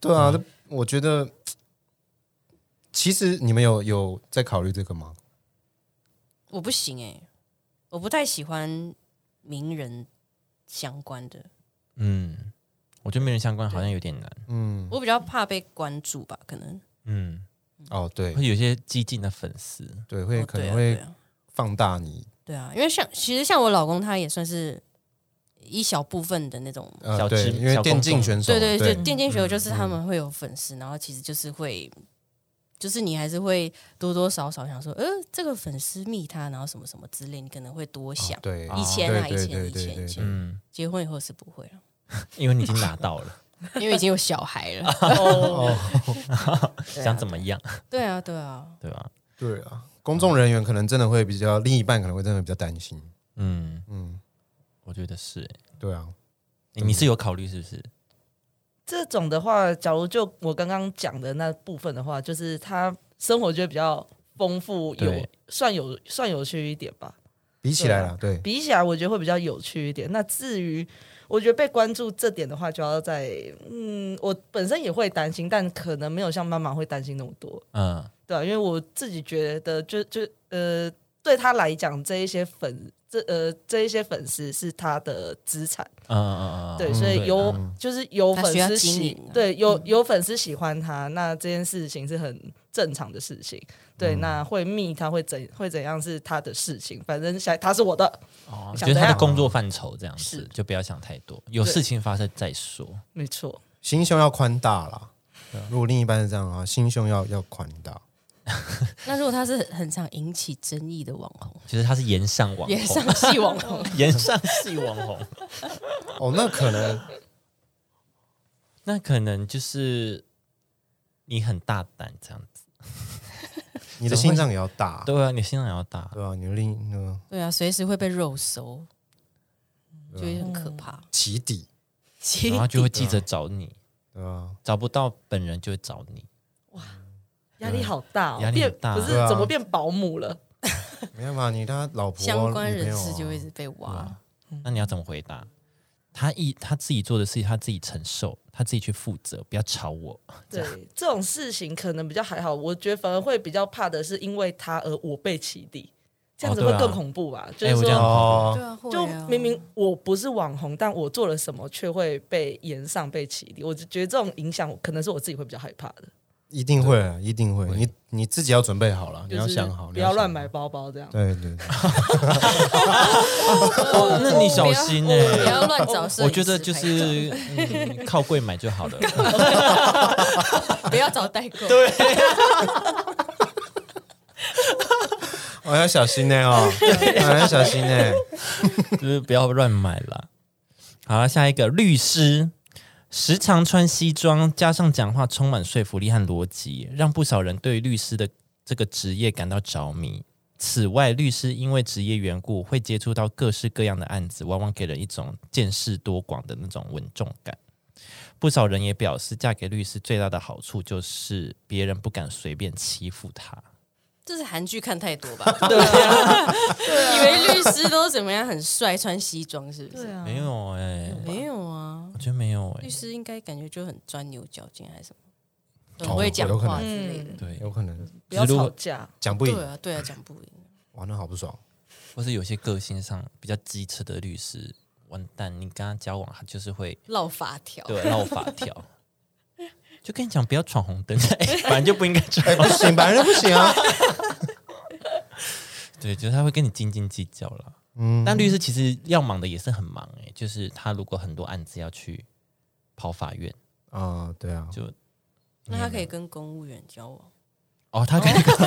[SPEAKER 2] 对啊，那我觉得其实你们有有在考虑这个吗？
[SPEAKER 4] 我不行哎、我不太喜欢名人相关的，
[SPEAKER 1] 嗯，我觉得名人相关好像有点难。
[SPEAKER 2] 嗯，
[SPEAKER 4] 我比较怕被关注吧，可能。
[SPEAKER 1] 嗯，
[SPEAKER 2] 哦，对
[SPEAKER 1] 会有些激进的粉丝，
[SPEAKER 2] 对，会
[SPEAKER 4] 哦
[SPEAKER 2] 可
[SPEAKER 4] 对
[SPEAKER 2] 能
[SPEAKER 4] 啊，对
[SPEAKER 2] 会
[SPEAKER 4] 啊，
[SPEAKER 2] 放大你
[SPEAKER 4] 对啊，因为像其实像我老公他也算是一小部分的那种
[SPEAKER 2] 呃
[SPEAKER 1] 小
[SPEAKER 2] 对，
[SPEAKER 1] 知
[SPEAKER 2] 因为
[SPEAKER 1] 小
[SPEAKER 2] 电
[SPEAKER 1] 公
[SPEAKER 2] 竞
[SPEAKER 1] 众
[SPEAKER 2] 选手，
[SPEAKER 4] 对对嗯对，电竞选手就是他们会有粉丝，然后其实就是会，就是你还是会多多少少想说，呃，这个粉丝密他，然后什么什么之类，你可能会多想。
[SPEAKER 2] 对，
[SPEAKER 4] 以前啊，以
[SPEAKER 2] 对对
[SPEAKER 4] 前
[SPEAKER 2] 对
[SPEAKER 4] 以
[SPEAKER 2] 对
[SPEAKER 4] 前
[SPEAKER 2] 对
[SPEAKER 4] 以前，
[SPEAKER 1] 嗯，
[SPEAKER 4] 结婚以后是不会了，
[SPEAKER 1] 因为你已经拿到 了，
[SPEAKER 4] 因为已经有小孩了。
[SPEAKER 3] 哦，
[SPEAKER 4] 对啊
[SPEAKER 1] 想怎么样，
[SPEAKER 4] 对啊，对啊，
[SPEAKER 1] 对吧？
[SPEAKER 2] 对啊，公众人员可能真的会比较，另一半可能会真的比较担心。
[SPEAKER 1] 嗯，
[SPEAKER 2] 嗯，
[SPEAKER 1] 我觉得是、
[SPEAKER 2] 对啊，
[SPEAKER 1] 欸你是有考虑是不是？
[SPEAKER 3] 这种的话，假如就我刚刚讲的那部分的话，就是他生活就会比较丰富，有
[SPEAKER 1] 对
[SPEAKER 3] 算有算有趣一点吧。
[SPEAKER 2] 比起来啦，
[SPEAKER 4] 啊
[SPEAKER 2] 对，
[SPEAKER 3] 比起来，我觉得会比较有趣一点。那至于我觉得被关注这点的话，就要在嗯，我本身也会担心，但可能没有像妈妈会担心那么多，
[SPEAKER 1] 嗯，
[SPEAKER 3] 对啊，因为我自己觉得就，就呃，对他来讲，这一些粉，这呃，这一些粉丝是他的资产，
[SPEAKER 1] 嗯嗯嗯嗯，
[SPEAKER 3] 对，
[SPEAKER 1] 嗯
[SPEAKER 3] 所以有、
[SPEAKER 1] 啊
[SPEAKER 3] 就是有
[SPEAKER 4] 哦他
[SPEAKER 3] 粉
[SPEAKER 4] 需要
[SPEAKER 3] 丝
[SPEAKER 4] 经
[SPEAKER 3] 喜
[SPEAKER 4] 营啊，
[SPEAKER 3] 对，有有粉丝喜欢他，那这件事情是很正常的事情。对，
[SPEAKER 1] 嗯
[SPEAKER 3] 那会密他会怎会怎样是他的事情，反正想他是我的，
[SPEAKER 1] 哦，
[SPEAKER 3] 想
[SPEAKER 1] 就是他
[SPEAKER 3] 怎
[SPEAKER 1] 的
[SPEAKER 3] 样
[SPEAKER 1] 工作范畴这样子
[SPEAKER 3] 是，
[SPEAKER 1] 就不要想太多，有
[SPEAKER 3] 对
[SPEAKER 1] 事情发生再说。
[SPEAKER 3] 没错。
[SPEAKER 2] 心胸要宽大啦。啊如果另一半是这样的话，心胸要要宽大。
[SPEAKER 4] 那如果他是很常引起争议的网红，
[SPEAKER 1] 其实他是岩上网
[SPEAKER 4] 也
[SPEAKER 1] 红，
[SPEAKER 4] 上系网 红，
[SPEAKER 1] 岩上系网红，
[SPEAKER 2] 哦，那可能
[SPEAKER 1] 那可能就是你很大胆这样子，
[SPEAKER 2] 你的心脏也要大，
[SPEAKER 1] 对啊，你心脏也要大，
[SPEAKER 2] 对吧？你的另那个
[SPEAKER 4] 对啊，随时会被肉搜，就会很可 怕。
[SPEAKER 2] 起底，
[SPEAKER 1] 然后就会记着找你，
[SPEAKER 2] 对啊吧？
[SPEAKER 1] 找不到本人就会找你，
[SPEAKER 3] 压力好大、哦，
[SPEAKER 1] 压力
[SPEAKER 3] 变
[SPEAKER 1] 很大
[SPEAKER 3] 不是
[SPEAKER 2] 对啊
[SPEAKER 3] 怎么变保姆了？
[SPEAKER 2] 没办法，你他老婆
[SPEAKER 4] 相关人
[SPEAKER 2] 女
[SPEAKER 4] 士
[SPEAKER 2] 朋
[SPEAKER 4] 就会
[SPEAKER 2] 友啊
[SPEAKER 4] 一直被挖，
[SPEAKER 1] 那你要怎么回答？他一他自己做的事情，他自己承受，他自己去负责，不要吵我。
[SPEAKER 3] 对，这种事情可能比较还好，我觉得反而会比较怕的是因为他而我被起底，这样子
[SPEAKER 1] 哦
[SPEAKER 3] 会
[SPEAKER 1] 对啊
[SPEAKER 3] 更恐怖吧？就
[SPEAKER 1] 哎
[SPEAKER 3] 是
[SPEAKER 1] 我
[SPEAKER 3] 说
[SPEAKER 1] 这，
[SPEAKER 2] 啊
[SPEAKER 1] 样
[SPEAKER 2] 哦，
[SPEAKER 4] 啊，
[SPEAKER 3] 就明明我不是网红，但我做了什么却会被延上被起底，我就觉得这种影响可能是我自己会比较害怕的，
[SPEAKER 2] 一定会啊，一定会。你你自己要准备好了，你
[SPEAKER 3] 就
[SPEAKER 2] 要
[SPEAKER 3] 是
[SPEAKER 2] 想好，
[SPEAKER 3] 不要
[SPEAKER 2] 你
[SPEAKER 3] 乱
[SPEAKER 2] 想好
[SPEAKER 3] 买。包包这样。
[SPEAKER 2] 对对 对，
[SPEAKER 1] 哦，那你小心呢、
[SPEAKER 4] 不要乱找摄影师拍照，
[SPEAKER 1] 我觉得就是、嗯、靠柜买就好了。
[SPEAKER 4] 不要找代购，
[SPEAKER 2] 哦，要小心呢 哦，哦要小心呢。
[SPEAKER 1] 就是不要乱买啦。好，下一个律师，时常穿西装，加上讲话充满说服力和逻辑，让不少人对律师的这个职业感到着迷。此外，律师因为职业缘故，会接触到各式各样的案子，往往给人一种见识多广的那种稳重感。不少人也表示，嫁给律师最大的好处就是别人不敢随便欺负他。
[SPEAKER 4] 这是韩剧看太多 吧？对啊， 以为律师都怎么样很帅，穿西装是不是？
[SPEAKER 3] 啊
[SPEAKER 1] 没有哎、
[SPEAKER 4] 没有啊，
[SPEAKER 1] 我觉得没有哎、
[SPEAKER 4] 嗯律师应该感觉就很钻牛角尖还是什么，
[SPEAKER 2] 哦
[SPEAKER 4] 很会讲
[SPEAKER 2] 有可能嗯
[SPEAKER 4] 话之类的。
[SPEAKER 1] 对，
[SPEAKER 2] 有可能
[SPEAKER 3] 嗯不要
[SPEAKER 1] 就是如
[SPEAKER 3] 吵
[SPEAKER 1] 果
[SPEAKER 3] 架，
[SPEAKER 2] 讲不赢
[SPEAKER 4] 对，啊，对啊，讲不赢。
[SPEAKER 2] 哇，那好不爽。
[SPEAKER 1] 或是有些个性上比较机车的律师，完蛋，你跟他交往，他就是会
[SPEAKER 4] 绕法条，
[SPEAKER 1] 对绕法条。 就跟你讲，不要闯红灯，哎 反正就不应该闯
[SPEAKER 2] 哎，。不行，本来就不行啊。
[SPEAKER 1] 对，就是他会跟你斤斤计较啦。
[SPEAKER 2] 嗯，
[SPEAKER 1] 但律师其实要忙的也是很忙哎、就是他如果很多案子要去跑法院，
[SPEAKER 2] 啊，对啊，
[SPEAKER 1] 就
[SPEAKER 4] 那他可以跟公务员交往，
[SPEAKER 1] 哦，他可以、
[SPEAKER 3] 跟公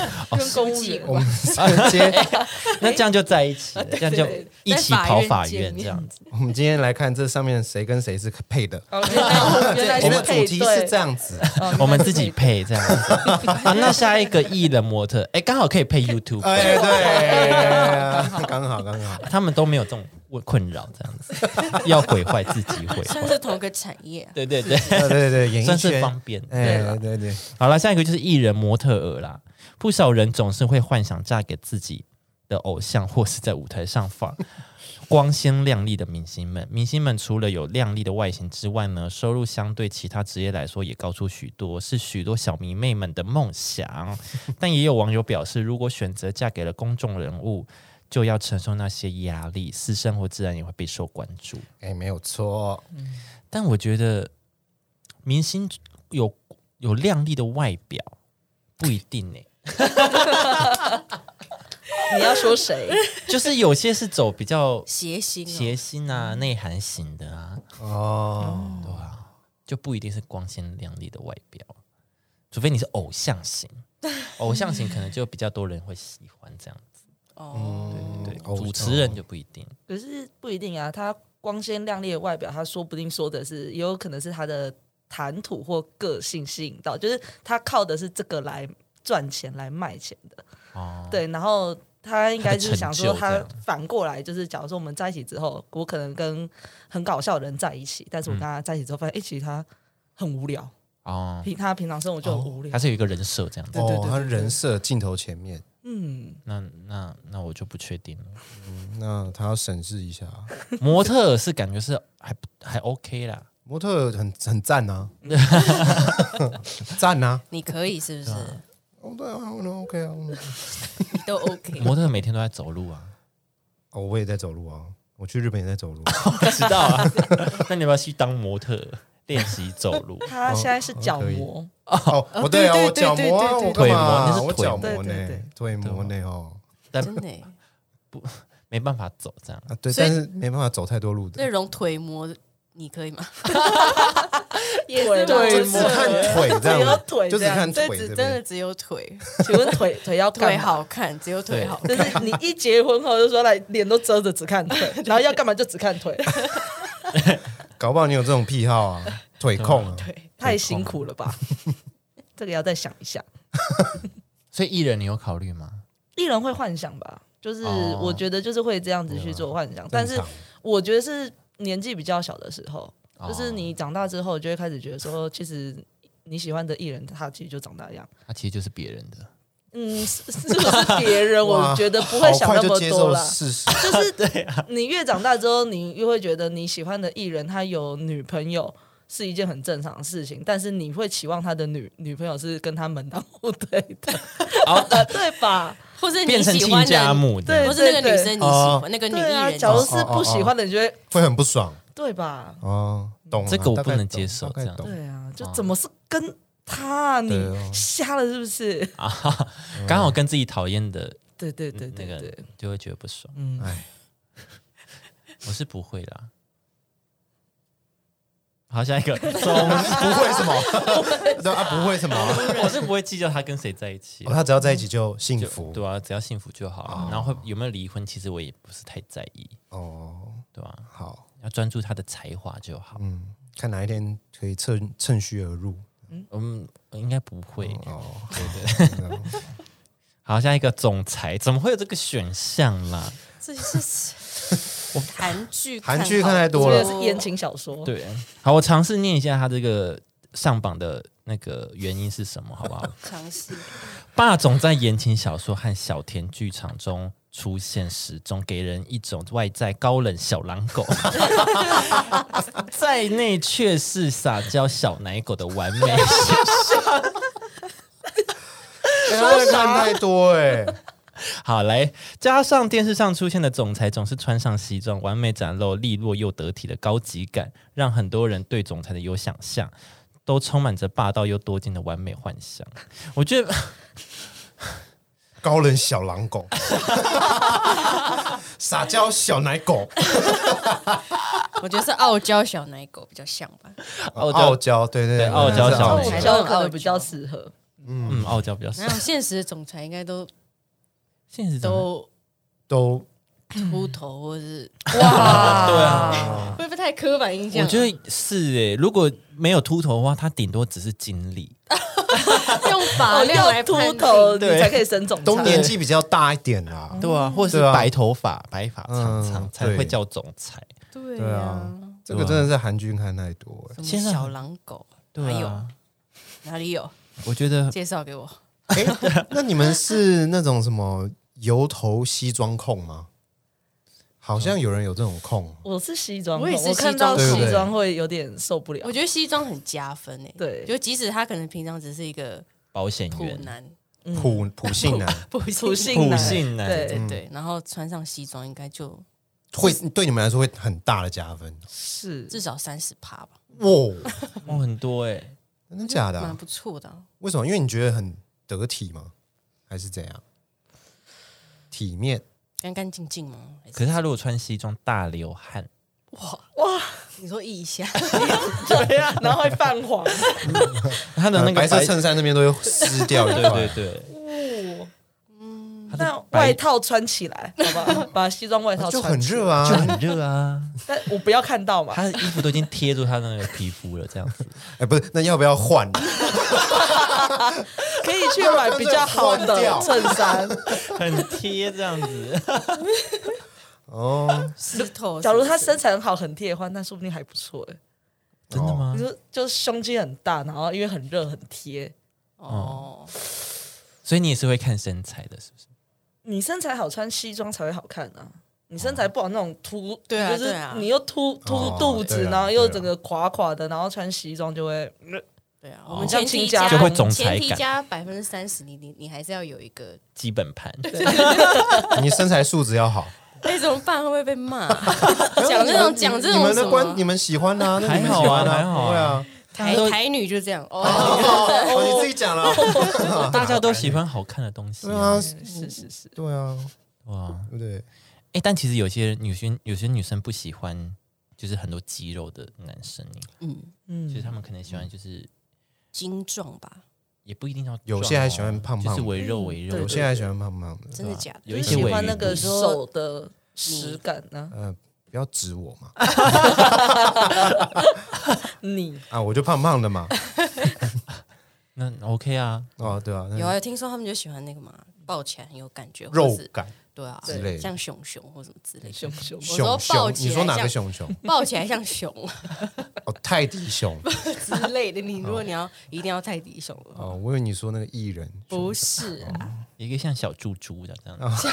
[SPEAKER 3] 务员
[SPEAKER 2] 我们直接，
[SPEAKER 1] 那这样就在一起了，这样就
[SPEAKER 4] 对
[SPEAKER 1] 一起跑法
[SPEAKER 4] 在法
[SPEAKER 1] 院
[SPEAKER 4] 院见面
[SPEAKER 1] 这样子。
[SPEAKER 2] 我们今天来看这上面谁跟谁是配的。
[SPEAKER 3] 哦原来原来
[SPEAKER 2] 我
[SPEAKER 3] 是
[SPEAKER 2] 们
[SPEAKER 3] 配
[SPEAKER 2] 主题
[SPEAKER 3] 对
[SPEAKER 2] 是这，样子，
[SPEAKER 3] 哦
[SPEAKER 1] 我们自己配这样 子。好，那下一个艺人模特，哎、刚好可以配 YouTube，、
[SPEAKER 2] 哎，对，刚好刚好，
[SPEAKER 1] 他们都没有这种困扰，这样子要毁坏自己毁
[SPEAKER 4] 算
[SPEAKER 1] 坏，
[SPEAKER 4] 是同个产业啊。
[SPEAKER 1] 对对对，
[SPEAKER 2] 对对对，演艺
[SPEAKER 1] 算是
[SPEAKER 2] 圈
[SPEAKER 1] 方，便。
[SPEAKER 2] 哎，对对，
[SPEAKER 1] 好了，下一个就是艺人模特儿啦，不少人总是会幻想嫁给自己的偶像，或是在舞台上放光鲜亮丽的明星们。明星们除了有亮丽的外形之外呢，收入相对其他职业来说也高出许多，是许多小迷妹们的梦想。但也有网友表示，如果选择嫁给了公众人物，就要承受那些压力，私生活自然也会备受关注。
[SPEAKER 2] 哎，没有错，
[SPEAKER 1] 但我觉得明星有有欸 亮丽的外表不一定呢、
[SPEAKER 3] 你要说谁？
[SPEAKER 1] 就是有些是走比较
[SPEAKER 4] 谐星、哦
[SPEAKER 1] 谐星啊、内涵型的啊，
[SPEAKER 2] 哦，
[SPEAKER 1] 对啊，就不一定是光鲜亮丽的外表，除非你是偶像型，偶像型可能就比较多人会喜欢这样子。
[SPEAKER 2] 嗯
[SPEAKER 4] 哦，
[SPEAKER 1] 对，
[SPEAKER 2] 偶
[SPEAKER 1] 主持人就不一定。
[SPEAKER 3] 可是不一定啊，他光鲜亮丽的外表，他说不定说的是，也有可能是他的谈吐或个性吸引到，就是他靠的是这个来赚钱、来卖钱的。
[SPEAKER 1] 哦，
[SPEAKER 3] 对，然后他应该就是想说，
[SPEAKER 1] 他的
[SPEAKER 3] 他
[SPEAKER 1] 成就这
[SPEAKER 3] 反过来就是，假如说我们在一起之后，我可能跟很搞笑的人在一起，但是
[SPEAKER 1] 嗯
[SPEAKER 3] 我跟他在一起之后发现，哎、其实他很无聊，
[SPEAKER 1] 哦，
[SPEAKER 3] 平他平常生活就很无聊。
[SPEAKER 1] 他是有一个人设这样子。
[SPEAKER 2] 哦，他人设镜头前面，
[SPEAKER 3] 嗯，
[SPEAKER 1] 那那那我就不确定了。
[SPEAKER 2] 那他要审视一下。
[SPEAKER 1] 模特是感觉是还不还 OK 啦，
[SPEAKER 2] 模特很很赞啊，赞啊，
[SPEAKER 4] 你可以是不是？
[SPEAKER 2] 哦对啊，那 OK 啊，嗯
[SPEAKER 4] 你都 OK。
[SPEAKER 1] 模特每天都在走路啊。
[SPEAKER 2] 哦我也在走路啊，我去日本也在走路，
[SPEAKER 1] 我知道啊， 那你要不要去当模特练习走路？
[SPEAKER 3] 他现在是角
[SPEAKER 2] 可以
[SPEAKER 3] 膜，
[SPEAKER 2] 哦，我对啊，
[SPEAKER 4] 对
[SPEAKER 2] 我
[SPEAKER 4] 对
[SPEAKER 2] 角膜啊，
[SPEAKER 4] 对对
[SPEAKER 2] 我
[SPEAKER 1] 对
[SPEAKER 2] 干
[SPEAKER 1] 腿膜
[SPEAKER 2] 嘛？
[SPEAKER 1] 那是
[SPEAKER 2] 我
[SPEAKER 1] 腿
[SPEAKER 2] 角
[SPEAKER 1] 膜
[SPEAKER 2] 膜
[SPEAKER 3] 对对
[SPEAKER 2] 呢
[SPEAKER 3] 对，
[SPEAKER 2] 腿膜呢哦，
[SPEAKER 1] 但
[SPEAKER 4] 真的耶，
[SPEAKER 1] 没办法走这样。
[SPEAKER 2] 啊对，
[SPEAKER 4] 所以
[SPEAKER 2] 但是没办法走太多路
[SPEAKER 4] 那
[SPEAKER 2] 的。
[SPEAKER 4] 容腿模你可以吗？
[SPEAKER 3] 也
[SPEAKER 4] 是对
[SPEAKER 2] 就
[SPEAKER 4] 对
[SPEAKER 2] 只
[SPEAKER 4] 对
[SPEAKER 2] 看腿这
[SPEAKER 3] 只有
[SPEAKER 2] 样，
[SPEAKER 3] 腿
[SPEAKER 2] 就
[SPEAKER 3] 这
[SPEAKER 2] 只
[SPEAKER 3] 样
[SPEAKER 2] 看
[SPEAKER 4] 这
[SPEAKER 2] 腿
[SPEAKER 4] 啊只
[SPEAKER 2] 这
[SPEAKER 4] 真的
[SPEAKER 2] 边。
[SPEAKER 4] 只有腿，
[SPEAKER 3] 请问腿腿要干
[SPEAKER 4] 腿
[SPEAKER 3] 嘛？
[SPEAKER 4] 好看，只有腿好看。
[SPEAKER 3] 就是你一结婚后就说来脸都遮着只看 腿，然后要干嘛就只看 腿，
[SPEAKER 2] 搞不好你有这种癖好啊，腿控啊，
[SPEAKER 4] 对，
[SPEAKER 3] 太辛苦了吧？ 这个要再想一下。
[SPEAKER 1] 所以艺人你有考虑吗？
[SPEAKER 3] 艺人会幻想吧，就是
[SPEAKER 1] 哦
[SPEAKER 3] 我觉得就是会这样子去做幻想，但是
[SPEAKER 2] 正常
[SPEAKER 3] 我觉得是年纪比较小的时候，
[SPEAKER 1] 哦
[SPEAKER 3] 就是你长大之后就会开始觉得说，其实你喜欢的艺人他其实就长那样。
[SPEAKER 1] 他啊其实就是别人的。
[SPEAKER 3] 嗯，是是不 是别人？我
[SPEAKER 2] 哇
[SPEAKER 3] 觉得不会想
[SPEAKER 2] 好快
[SPEAKER 3] 那
[SPEAKER 2] 就
[SPEAKER 3] 么
[SPEAKER 2] 接
[SPEAKER 3] 多
[SPEAKER 2] 受
[SPEAKER 3] 啦。
[SPEAKER 2] 事实，
[SPEAKER 3] 你越长大之后，你越会觉得你喜欢的艺人他有女朋友是一件很正常的事情，但是你会期望他的女女朋友是跟他门当户对的，
[SPEAKER 1] 哦，
[SPEAKER 3] 对吧？
[SPEAKER 4] 或者
[SPEAKER 1] 变
[SPEAKER 4] 你
[SPEAKER 1] 成
[SPEAKER 4] 喜
[SPEAKER 1] 亲
[SPEAKER 4] 欢
[SPEAKER 1] 家
[SPEAKER 4] 的，
[SPEAKER 1] 母的。
[SPEAKER 3] 对
[SPEAKER 4] 或是那个女生你喜欢，那个女艺
[SPEAKER 3] 对啊，
[SPEAKER 4] 人你喜
[SPEAKER 3] 假如
[SPEAKER 4] 欢，
[SPEAKER 3] 是不喜欢的，你就会
[SPEAKER 2] 会很不爽
[SPEAKER 3] 对吧？
[SPEAKER 2] 哦。懂了
[SPEAKER 1] 这个我
[SPEAKER 2] 大概
[SPEAKER 1] 不能
[SPEAKER 2] 懂
[SPEAKER 1] 接受
[SPEAKER 2] 大概
[SPEAKER 1] 这样
[SPEAKER 2] 懂
[SPEAKER 3] 对啊，就怎么是跟他啊？你
[SPEAKER 2] 哦对哦
[SPEAKER 3] 瞎了是不是？
[SPEAKER 1] 啊，哈哈刚好跟自己讨厌的
[SPEAKER 3] 对对对
[SPEAKER 1] 那
[SPEAKER 3] 对
[SPEAKER 1] 个
[SPEAKER 3] 对，
[SPEAKER 1] 就会觉得不爽。
[SPEAKER 3] 嗯，
[SPEAKER 2] 哎，
[SPEAKER 1] 我是不会啦。好，下一 个，
[SPEAKER 2] 不会 什么？对啊，不会什么？
[SPEAKER 1] 我是不会计较他跟谁在一起
[SPEAKER 2] 哦。他只要在一起就幸
[SPEAKER 1] 就
[SPEAKER 2] 福。
[SPEAKER 1] 对啊，只要幸福哦就好啊了。然后会有没有离婚，其实我也不是太在意，
[SPEAKER 2] 哦，
[SPEAKER 1] 对吧？
[SPEAKER 2] 好，
[SPEAKER 1] 要专注他的才华就好。
[SPEAKER 2] 嗯，看哪一天可以趁趁虚而入。
[SPEAKER 1] 嗯，应该不会。
[SPEAKER 2] 哦，
[SPEAKER 1] 对对。好，下一个总裁怎么会有这个选项啦？
[SPEAKER 4] 这是韩剧好，
[SPEAKER 2] 韩剧看太多
[SPEAKER 3] 这
[SPEAKER 2] 了
[SPEAKER 3] 个是言情小说。
[SPEAKER 1] 对，好，我尝试念一下他这个上榜的那个原因是什么，好不好？
[SPEAKER 4] 尝试
[SPEAKER 1] 霸总在言情小说和小甜剧场中出现时，总给人一种外在高冷小狼狗，在内却是撒娇小奶狗的完美形
[SPEAKER 2] 哎他会看太多哎，
[SPEAKER 1] 好，来加上电视上出现的总裁总是穿上西装，完美展露利落又得体的高级感，让很多人对总裁的有想象，都充满着霸道又多金的完美幻想。我觉得
[SPEAKER 2] 高冷小狼狗，撒娇小奶狗，
[SPEAKER 4] 我觉得是傲娇小奶狗比较像吧。
[SPEAKER 1] 傲娇
[SPEAKER 2] 傲娇，对
[SPEAKER 1] 对
[SPEAKER 2] 对对，
[SPEAKER 1] 傲娇
[SPEAKER 2] 是
[SPEAKER 1] 小
[SPEAKER 3] 傲
[SPEAKER 1] 奶
[SPEAKER 4] 狗
[SPEAKER 3] 娇可能比较适合，
[SPEAKER 1] 嗯，傲娇比较少
[SPEAKER 4] 然。后现实的总裁应该都
[SPEAKER 1] 现实中
[SPEAKER 4] 都
[SPEAKER 2] 都
[SPEAKER 4] 秃头，或是
[SPEAKER 3] 哇，
[SPEAKER 1] 对啊，
[SPEAKER 4] 会不会太刻板印象？
[SPEAKER 1] 我觉得是诶、如果没有秃头的话，他顶多只是经理。
[SPEAKER 4] 用发
[SPEAKER 3] 哦
[SPEAKER 4] 量
[SPEAKER 3] 要
[SPEAKER 4] 来
[SPEAKER 3] 秃
[SPEAKER 4] 判定
[SPEAKER 3] 头你
[SPEAKER 1] 对
[SPEAKER 3] 才可以升总裁。
[SPEAKER 2] 都年纪比较大一点啦。
[SPEAKER 1] 对
[SPEAKER 4] 嗯
[SPEAKER 1] 啊，或者
[SPEAKER 2] 对
[SPEAKER 1] 是
[SPEAKER 2] 啊
[SPEAKER 1] 白头发、白发长长、
[SPEAKER 2] 嗯
[SPEAKER 1] 才会叫总裁。
[SPEAKER 4] 对
[SPEAKER 2] 对
[SPEAKER 4] 呀
[SPEAKER 2] 啊，这个真的是韩剧看太多哎。
[SPEAKER 4] 什
[SPEAKER 1] 现
[SPEAKER 4] 么
[SPEAKER 1] 在
[SPEAKER 4] 小狼狗，哪
[SPEAKER 1] 对
[SPEAKER 4] 有
[SPEAKER 1] 啊，
[SPEAKER 4] 哪里有？
[SPEAKER 1] 我觉得
[SPEAKER 4] 介绍给我。
[SPEAKER 2] 哎，那你们是那种什么油头西装控吗？好像有人有这种控，
[SPEAKER 3] 我是西装控，
[SPEAKER 4] 我也是
[SPEAKER 3] 看
[SPEAKER 4] 西装
[SPEAKER 3] 到
[SPEAKER 2] 控
[SPEAKER 3] 西装会有点受不了
[SPEAKER 4] 我。觉得西装很加分诶、
[SPEAKER 3] 对
[SPEAKER 4] 就即使他可能平常只是一个
[SPEAKER 1] 保险
[SPEAKER 4] 普
[SPEAKER 1] 员、
[SPEAKER 4] 男，
[SPEAKER 2] 普普信男
[SPEAKER 4] 普
[SPEAKER 3] 普
[SPEAKER 4] 信
[SPEAKER 3] 信
[SPEAKER 1] 普
[SPEAKER 3] 男，
[SPEAKER 1] 信男
[SPEAKER 4] 对
[SPEAKER 3] 对，
[SPEAKER 2] 嗯
[SPEAKER 4] 对对，然后穿上西装应该就
[SPEAKER 2] 会对你们来说会很大的加分。
[SPEAKER 3] 是
[SPEAKER 4] 至少三十趴吧，
[SPEAKER 2] 哇，
[SPEAKER 1] 哦，很多诶、
[SPEAKER 2] 真的假的啊
[SPEAKER 4] 蛮？不错的啊、
[SPEAKER 2] 为什么？因为你觉得很得体吗？还是怎样？体面，
[SPEAKER 4] 干干净净吗？还
[SPEAKER 1] 可是他如果穿西装大流汗，
[SPEAKER 4] 你说意一下，
[SPEAKER 3] 对呀、然后会泛 黄。
[SPEAKER 1] 他的那个
[SPEAKER 2] 呃白色衬衫那边都会湿掉一
[SPEAKER 1] 对
[SPEAKER 2] 块。
[SPEAKER 1] 对对，
[SPEAKER 3] 哦，
[SPEAKER 1] 他的
[SPEAKER 3] 那
[SPEAKER 1] 白
[SPEAKER 3] 外套穿起 来，好不好？把西装外套
[SPEAKER 2] 就
[SPEAKER 3] 穿
[SPEAKER 2] 很
[SPEAKER 3] 起来
[SPEAKER 2] 热啊
[SPEAKER 1] 就！很热 啊，
[SPEAKER 3] 但我不要看到嘛。
[SPEAKER 1] 他的衣服都已经贴住他的那个皮肤了，这样 子。
[SPEAKER 2] 哎，不是，那要不要换？
[SPEAKER 3] 可以去买比较好
[SPEAKER 2] 换掉
[SPEAKER 3] 的衬 衫。
[SPEAKER 1] 很贴这样子，
[SPEAKER 2] 哦，
[SPEAKER 4] 石头。
[SPEAKER 3] 假如他
[SPEAKER 4] 是
[SPEAKER 3] 身材很好、很贴的话，那说不定还不错哎。
[SPEAKER 1] 真的
[SPEAKER 2] 嗯
[SPEAKER 1] 吗
[SPEAKER 3] 你？说就是胸肌很大，然后因为很热很贴。
[SPEAKER 4] 哦，
[SPEAKER 1] 所以你也是会看身材的，是不是？
[SPEAKER 3] 你身材好，穿西装才会好看啊。你身材不好，那种凸，
[SPEAKER 4] 对啊
[SPEAKER 3] 就是
[SPEAKER 4] 对啊
[SPEAKER 3] 你又凸凸
[SPEAKER 2] 哦
[SPEAKER 3] 肚子，
[SPEAKER 2] 对啊
[SPEAKER 3] 然后又
[SPEAKER 2] 对啊
[SPEAKER 3] 整个垮垮的，然后穿西装就会，
[SPEAKER 4] 对啊，
[SPEAKER 1] 哦
[SPEAKER 4] 我们前提
[SPEAKER 3] 这样
[SPEAKER 4] 加
[SPEAKER 3] 就
[SPEAKER 1] 会总裁
[SPEAKER 4] 前提
[SPEAKER 1] 感
[SPEAKER 4] 加百分之三十，你你你还是要有一个，
[SPEAKER 1] 基本盘。
[SPEAKER 2] 你身材素质要 好。
[SPEAKER 4] 哎，怎么办？会不会被骂？ 讲这种讲这
[SPEAKER 2] 你们
[SPEAKER 4] 种什
[SPEAKER 2] 的观，你
[SPEAKER 4] 么？
[SPEAKER 2] 们喜欢啊？那你们
[SPEAKER 1] 还好啊
[SPEAKER 2] 喜欢
[SPEAKER 1] 还好啊
[SPEAKER 2] 对啊。
[SPEAKER 4] 台
[SPEAKER 1] 都
[SPEAKER 4] 台女就这样哦，
[SPEAKER 2] 哦，你自己讲 了。
[SPEAKER 1] 大家都喜欢好看的东西、
[SPEAKER 2] 对
[SPEAKER 1] 啊
[SPEAKER 2] 啊，，
[SPEAKER 3] 是是是，
[SPEAKER 2] 对啊，
[SPEAKER 1] 哇！
[SPEAKER 2] 对不对？
[SPEAKER 1] 哎、但其实有些女生，有些女生不喜欢，就是很多肌肉的男生耶，
[SPEAKER 4] 嗯，
[SPEAKER 1] 就是他
[SPEAKER 3] 嗯，
[SPEAKER 1] 们可能喜欢，就是
[SPEAKER 4] 精壮吧，
[SPEAKER 1] 也不一定要壮哦、
[SPEAKER 2] 有些还喜欢胖胖的
[SPEAKER 1] 就是围肉围肉，
[SPEAKER 3] 对
[SPEAKER 2] 我现在喜欢胖胖的，
[SPEAKER 4] 真的假的？
[SPEAKER 1] 有
[SPEAKER 3] 就
[SPEAKER 1] 一些
[SPEAKER 3] 喜
[SPEAKER 1] 尾
[SPEAKER 3] 欢
[SPEAKER 1] 鱼
[SPEAKER 3] 那个
[SPEAKER 1] 你
[SPEAKER 4] 说
[SPEAKER 3] 手的实感呢。
[SPEAKER 2] 呃，不要指我嘛。
[SPEAKER 3] 你
[SPEAKER 2] 啊，我就胖胖的 嘛。
[SPEAKER 1] 那那 OK 啊，
[SPEAKER 2] 哦，对啊，那
[SPEAKER 4] 有啊，有听说他们就喜欢那个嘛，抱起来很有感觉，或
[SPEAKER 2] 肉
[SPEAKER 4] 是
[SPEAKER 2] 感
[SPEAKER 4] 对啊
[SPEAKER 2] 之类，的
[SPEAKER 4] 像熊熊或什么之类的，
[SPEAKER 3] 熊熊
[SPEAKER 4] 我说
[SPEAKER 2] 熊
[SPEAKER 4] 抱
[SPEAKER 2] 熊，
[SPEAKER 4] 起来
[SPEAKER 2] 你说哪个
[SPEAKER 4] 像
[SPEAKER 2] 熊熊？
[SPEAKER 4] 抱起来像熊啊
[SPEAKER 2] 哦，泰迪熊。
[SPEAKER 4] 之类的。你如果你要一定要泰迪熊的话，
[SPEAKER 2] 哦，我以为你说那个艺人，
[SPEAKER 4] 不 是
[SPEAKER 2] 哦
[SPEAKER 4] 啊，
[SPEAKER 1] 一个像小猪猪的这样子。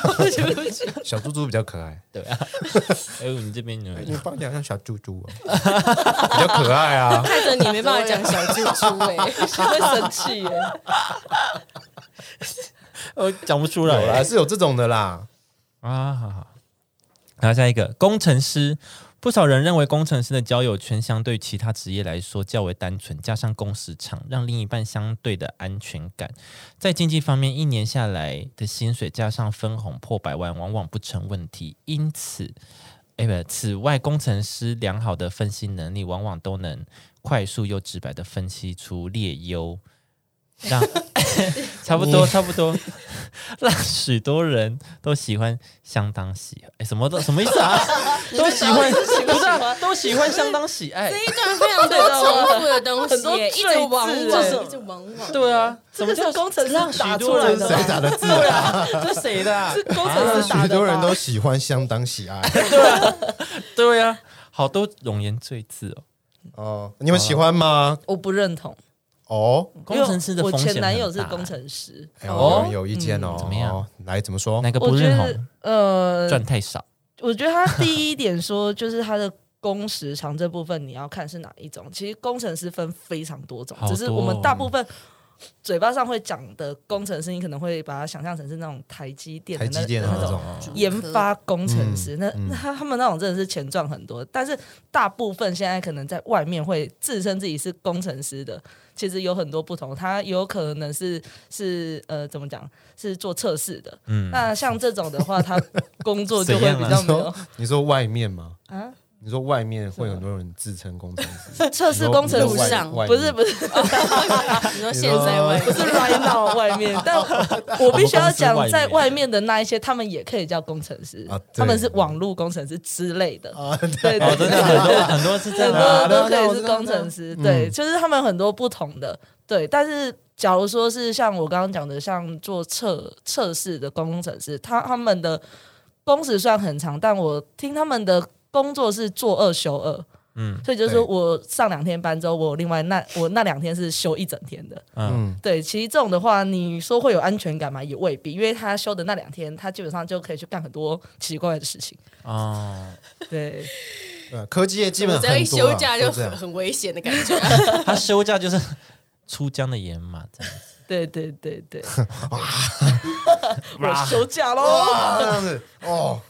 [SPEAKER 2] 小猪猪比较可爱。
[SPEAKER 1] 对啊，哎呦，你这边呢？
[SPEAKER 2] 你放点像小猪猪啊， 比较可爱啊。
[SPEAKER 4] 看着你没办法讲小猪猪 哎，
[SPEAKER 3] 会生气耶，
[SPEAKER 1] 我哦讲不出
[SPEAKER 2] 有啦，
[SPEAKER 1] 来
[SPEAKER 2] 是有这种的啦。
[SPEAKER 1] 啊！好好，然后下一个工程师。不少人认为工程师的交友圈相对其他职业来说较为单纯，加上工时长，让另一半相对的安全感。在经济方面，一年下来的薪水加上分红破百万，往往不成问题。因此，哎不，此外，工程师良好的分析能力，往往都能快速又直白的分析出劣优，让 差不多差不多， 让许多人都喜欢，相当喜哎什么都什么意思啊？都喜欢，不是啊都喜欢，相当喜啊 爱。
[SPEAKER 4] 这一段非常多重复的东西耶，一
[SPEAKER 3] 很
[SPEAKER 4] 直
[SPEAKER 3] 多
[SPEAKER 4] 往往，
[SPEAKER 3] 赘字
[SPEAKER 1] 耶
[SPEAKER 4] 一直往往。
[SPEAKER 1] 对啊，什么
[SPEAKER 3] 这
[SPEAKER 1] 叫
[SPEAKER 3] 是工程师
[SPEAKER 1] 让许
[SPEAKER 3] 打出
[SPEAKER 1] 多
[SPEAKER 3] 来
[SPEAKER 1] 人都
[SPEAKER 2] 这是谁
[SPEAKER 3] 的吧，
[SPEAKER 2] 打的字啊？
[SPEAKER 1] 这是谁的啊？
[SPEAKER 3] 是工程师打
[SPEAKER 2] 许
[SPEAKER 3] 的
[SPEAKER 2] 多人
[SPEAKER 3] 吧
[SPEAKER 2] 都？喜欢，相当喜爱。
[SPEAKER 1] 对啊，好多容颜赘字哦。
[SPEAKER 2] 哦，你们喜欢吗？
[SPEAKER 3] 我不认同，
[SPEAKER 2] 哦，
[SPEAKER 1] 工程师的
[SPEAKER 3] 因为
[SPEAKER 1] 风
[SPEAKER 3] 我
[SPEAKER 1] 险很
[SPEAKER 3] 前男友是
[SPEAKER 1] 大
[SPEAKER 3] 工程师，
[SPEAKER 2] 哎
[SPEAKER 1] 哦
[SPEAKER 2] 有有意见哦。
[SPEAKER 1] 怎么样
[SPEAKER 2] 哦？来，怎么说？
[SPEAKER 1] 哪个不
[SPEAKER 3] 我觉
[SPEAKER 1] 认
[SPEAKER 3] 得
[SPEAKER 1] 红
[SPEAKER 3] 呃
[SPEAKER 1] 赚，太少？
[SPEAKER 3] 我觉得他第一点说就是他的。工时长这部分你要看是哪一种，其实工程师分非常多种，
[SPEAKER 1] 好多
[SPEAKER 3] 只是我
[SPEAKER 2] 哦
[SPEAKER 3] 们大部分嘴巴上会讲的工程师，你可能会把它想象成是那种台积电的
[SPEAKER 2] 台
[SPEAKER 3] 那
[SPEAKER 2] 积电的
[SPEAKER 3] 那
[SPEAKER 2] 那
[SPEAKER 3] 种
[SPEAKER 2] 种。哦
[SPEAKER 3] 研发工程师，
[SPEAKER 2] 嗯
[SPEAKER 3] 那
[SPEAKER 2] 嗯
[SPEAKER 3] 那他他们那种真的是钱赚很多，但是大部分现在可能在外面会自称自己是工程师的，其实有很多不同，他有可能是是呃怎么讲，是做测试的。
[SPEAKER 1] 嗯，
[SPEAKER 3] 那像这种的话，他 工作就
[SPEAKER 1] 怎
[SPEAKER 3] 会
[SPEAKER 1] 样啊
[SPEAKER 3] 比较
[SPEAKER 2] 你
[SPEAKER 3] 没有
[SPEAKER 2] 说你说外面吗？
[SPEAKER 3] 啊，
[SPEAKER 2] 你说外面会有很多人自称工程师，
[SPEAKER 3] 测试工程
[SPEAKER 4] 路
[SPEAKER 3] 师
[SPEAKER 4] 上
[SPEAKER 3] 不是不是
[SPEAKER 4] 你说现
[SPEAKER 2] 啊
[SPEAKER 4] 在 外
[SPEAKER 3] 不是 right now 外面，但
[SPEAKER 2] 哦
[SPEAKER 3] 我必须要
[SPEAKER 1] 我们公
[SPEAKER 3] 讲，
[SPEAKER 1] 司外面
[SPEAKER 3] 在外面的那一些，他们也可以叫工程师
[SPEAKER 2] 啊，对啊
[SPEAKER 3] 他们是网络工程师之类的。对
[SPEAKER 1] 哦，真
[SPEAKER 3] 对对
[SPEAKER 1] 的。很多很多是这
[SPEAKER 3] 很
[SPEAKER 1] 样
[SPEAKER 3] 多
[SPEAKER 1] 啊。
[SPEAKER 3] 都
[SPEAKER 2] 对啊
[SPEAKER 3] 可
[SPEAKER 2] 我
[SPEAKER 3] 以
[SPEAKER 2] 知
[SPEAKER 3] 是
[SPEAKER 2] 道
[SPEAKER 3] 工程师，
[SPEAKER 2] 嗯
[SPEAKER 3] 对，就是他们很多不同的，对。但是假如说是像我刚刚讲的，像做测测试的工程师，他他们的工时虽然很长，但我听他们的工作是做二休二，
[SPEAKER 1] 嗯
[SPEAKER 3] 所以就是说
[SPEAKER 2] 对
[SPEAKER 3] 我上两天班之后，我另外那我那两天是休一整天的。
[SPEAKER 1] 嗯，
[SPEAKER 2] 嗯，
[SPEAKER 3] 对，其实这种的话，你说会有安全感吗？也未必，因为他休的那两天，他基本上就可以去干很多奇奇怪怪的事情。
[SPEAKER 1] 哦，
[SPEAKER 3] 对，
[SPEAKER 2] 对，科技业基本
[SPEAKER 4] 我
[SPEAKER 2] 很
[SPEAKER 4] 只
[SPEAKER 2] 多
[SPEAKER 4] 要
[SPEAKER 2] 啊
[SPEAKER 4] 一休假就
[SPEAKER 2] 都这
[SPEAKER 4] 很
[SPEAKER 2] 样。
[SPEAKER 4] 很危险的感觉。
[SPEAKER 1] 他休假就是出江的野马，这样
[SPEAKER 3] 对对对对， 我休假喽。
[SPEAKER 2] 哇，这样子哦，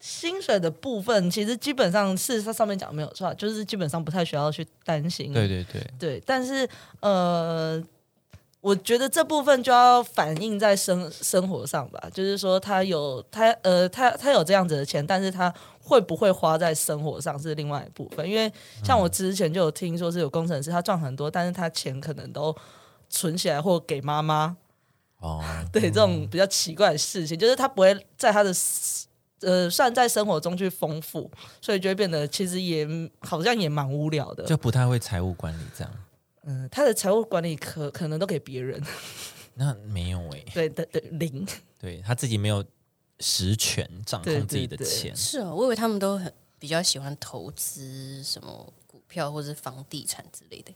[SPEAKER 3] 薪水的部分，其实基本上是它上面讲的没有错，就是基本上不太需要去担心。
[SPEAKER 1] 对对对，
[SPEAKER 3] 对但是呃，我觉得这部分就要反映在生生活上吧，就是说他有他呃他他有这样子的钱，但是他会不会花在生活上是另外一部分。因为像我之前就有听说是有工程师，他赚很多，但是他钱可能都存起来或给妈妈，
[SPEAKER 1] 哦，
[SPEAKER 3] 对
[SPEAKER 4] 嗯
[SPEAKER 3] 这种比较奇怪的事情，就是他不会在他的 s- 呃算在生活中去丰富，所以就会变得其实也好像也蛮无聊的。
[SPEAKER 1] 就不太会财务管理这样。
[SPEAKER 3] 嗯，他的财务管理可可能都给别人，
[SPEAKER 1] 那没有诶、
[SPEAKER 3] 对对对，零
[SPEAKER 1] 对他自己没有实权掌控自己的
[SPEAKER 3] 对对对
[SPEAKER 1] 钱，
[SPEAKER 4] 是哦，我以为他们都很比较喜欢投资什么股票或是房地产之类的，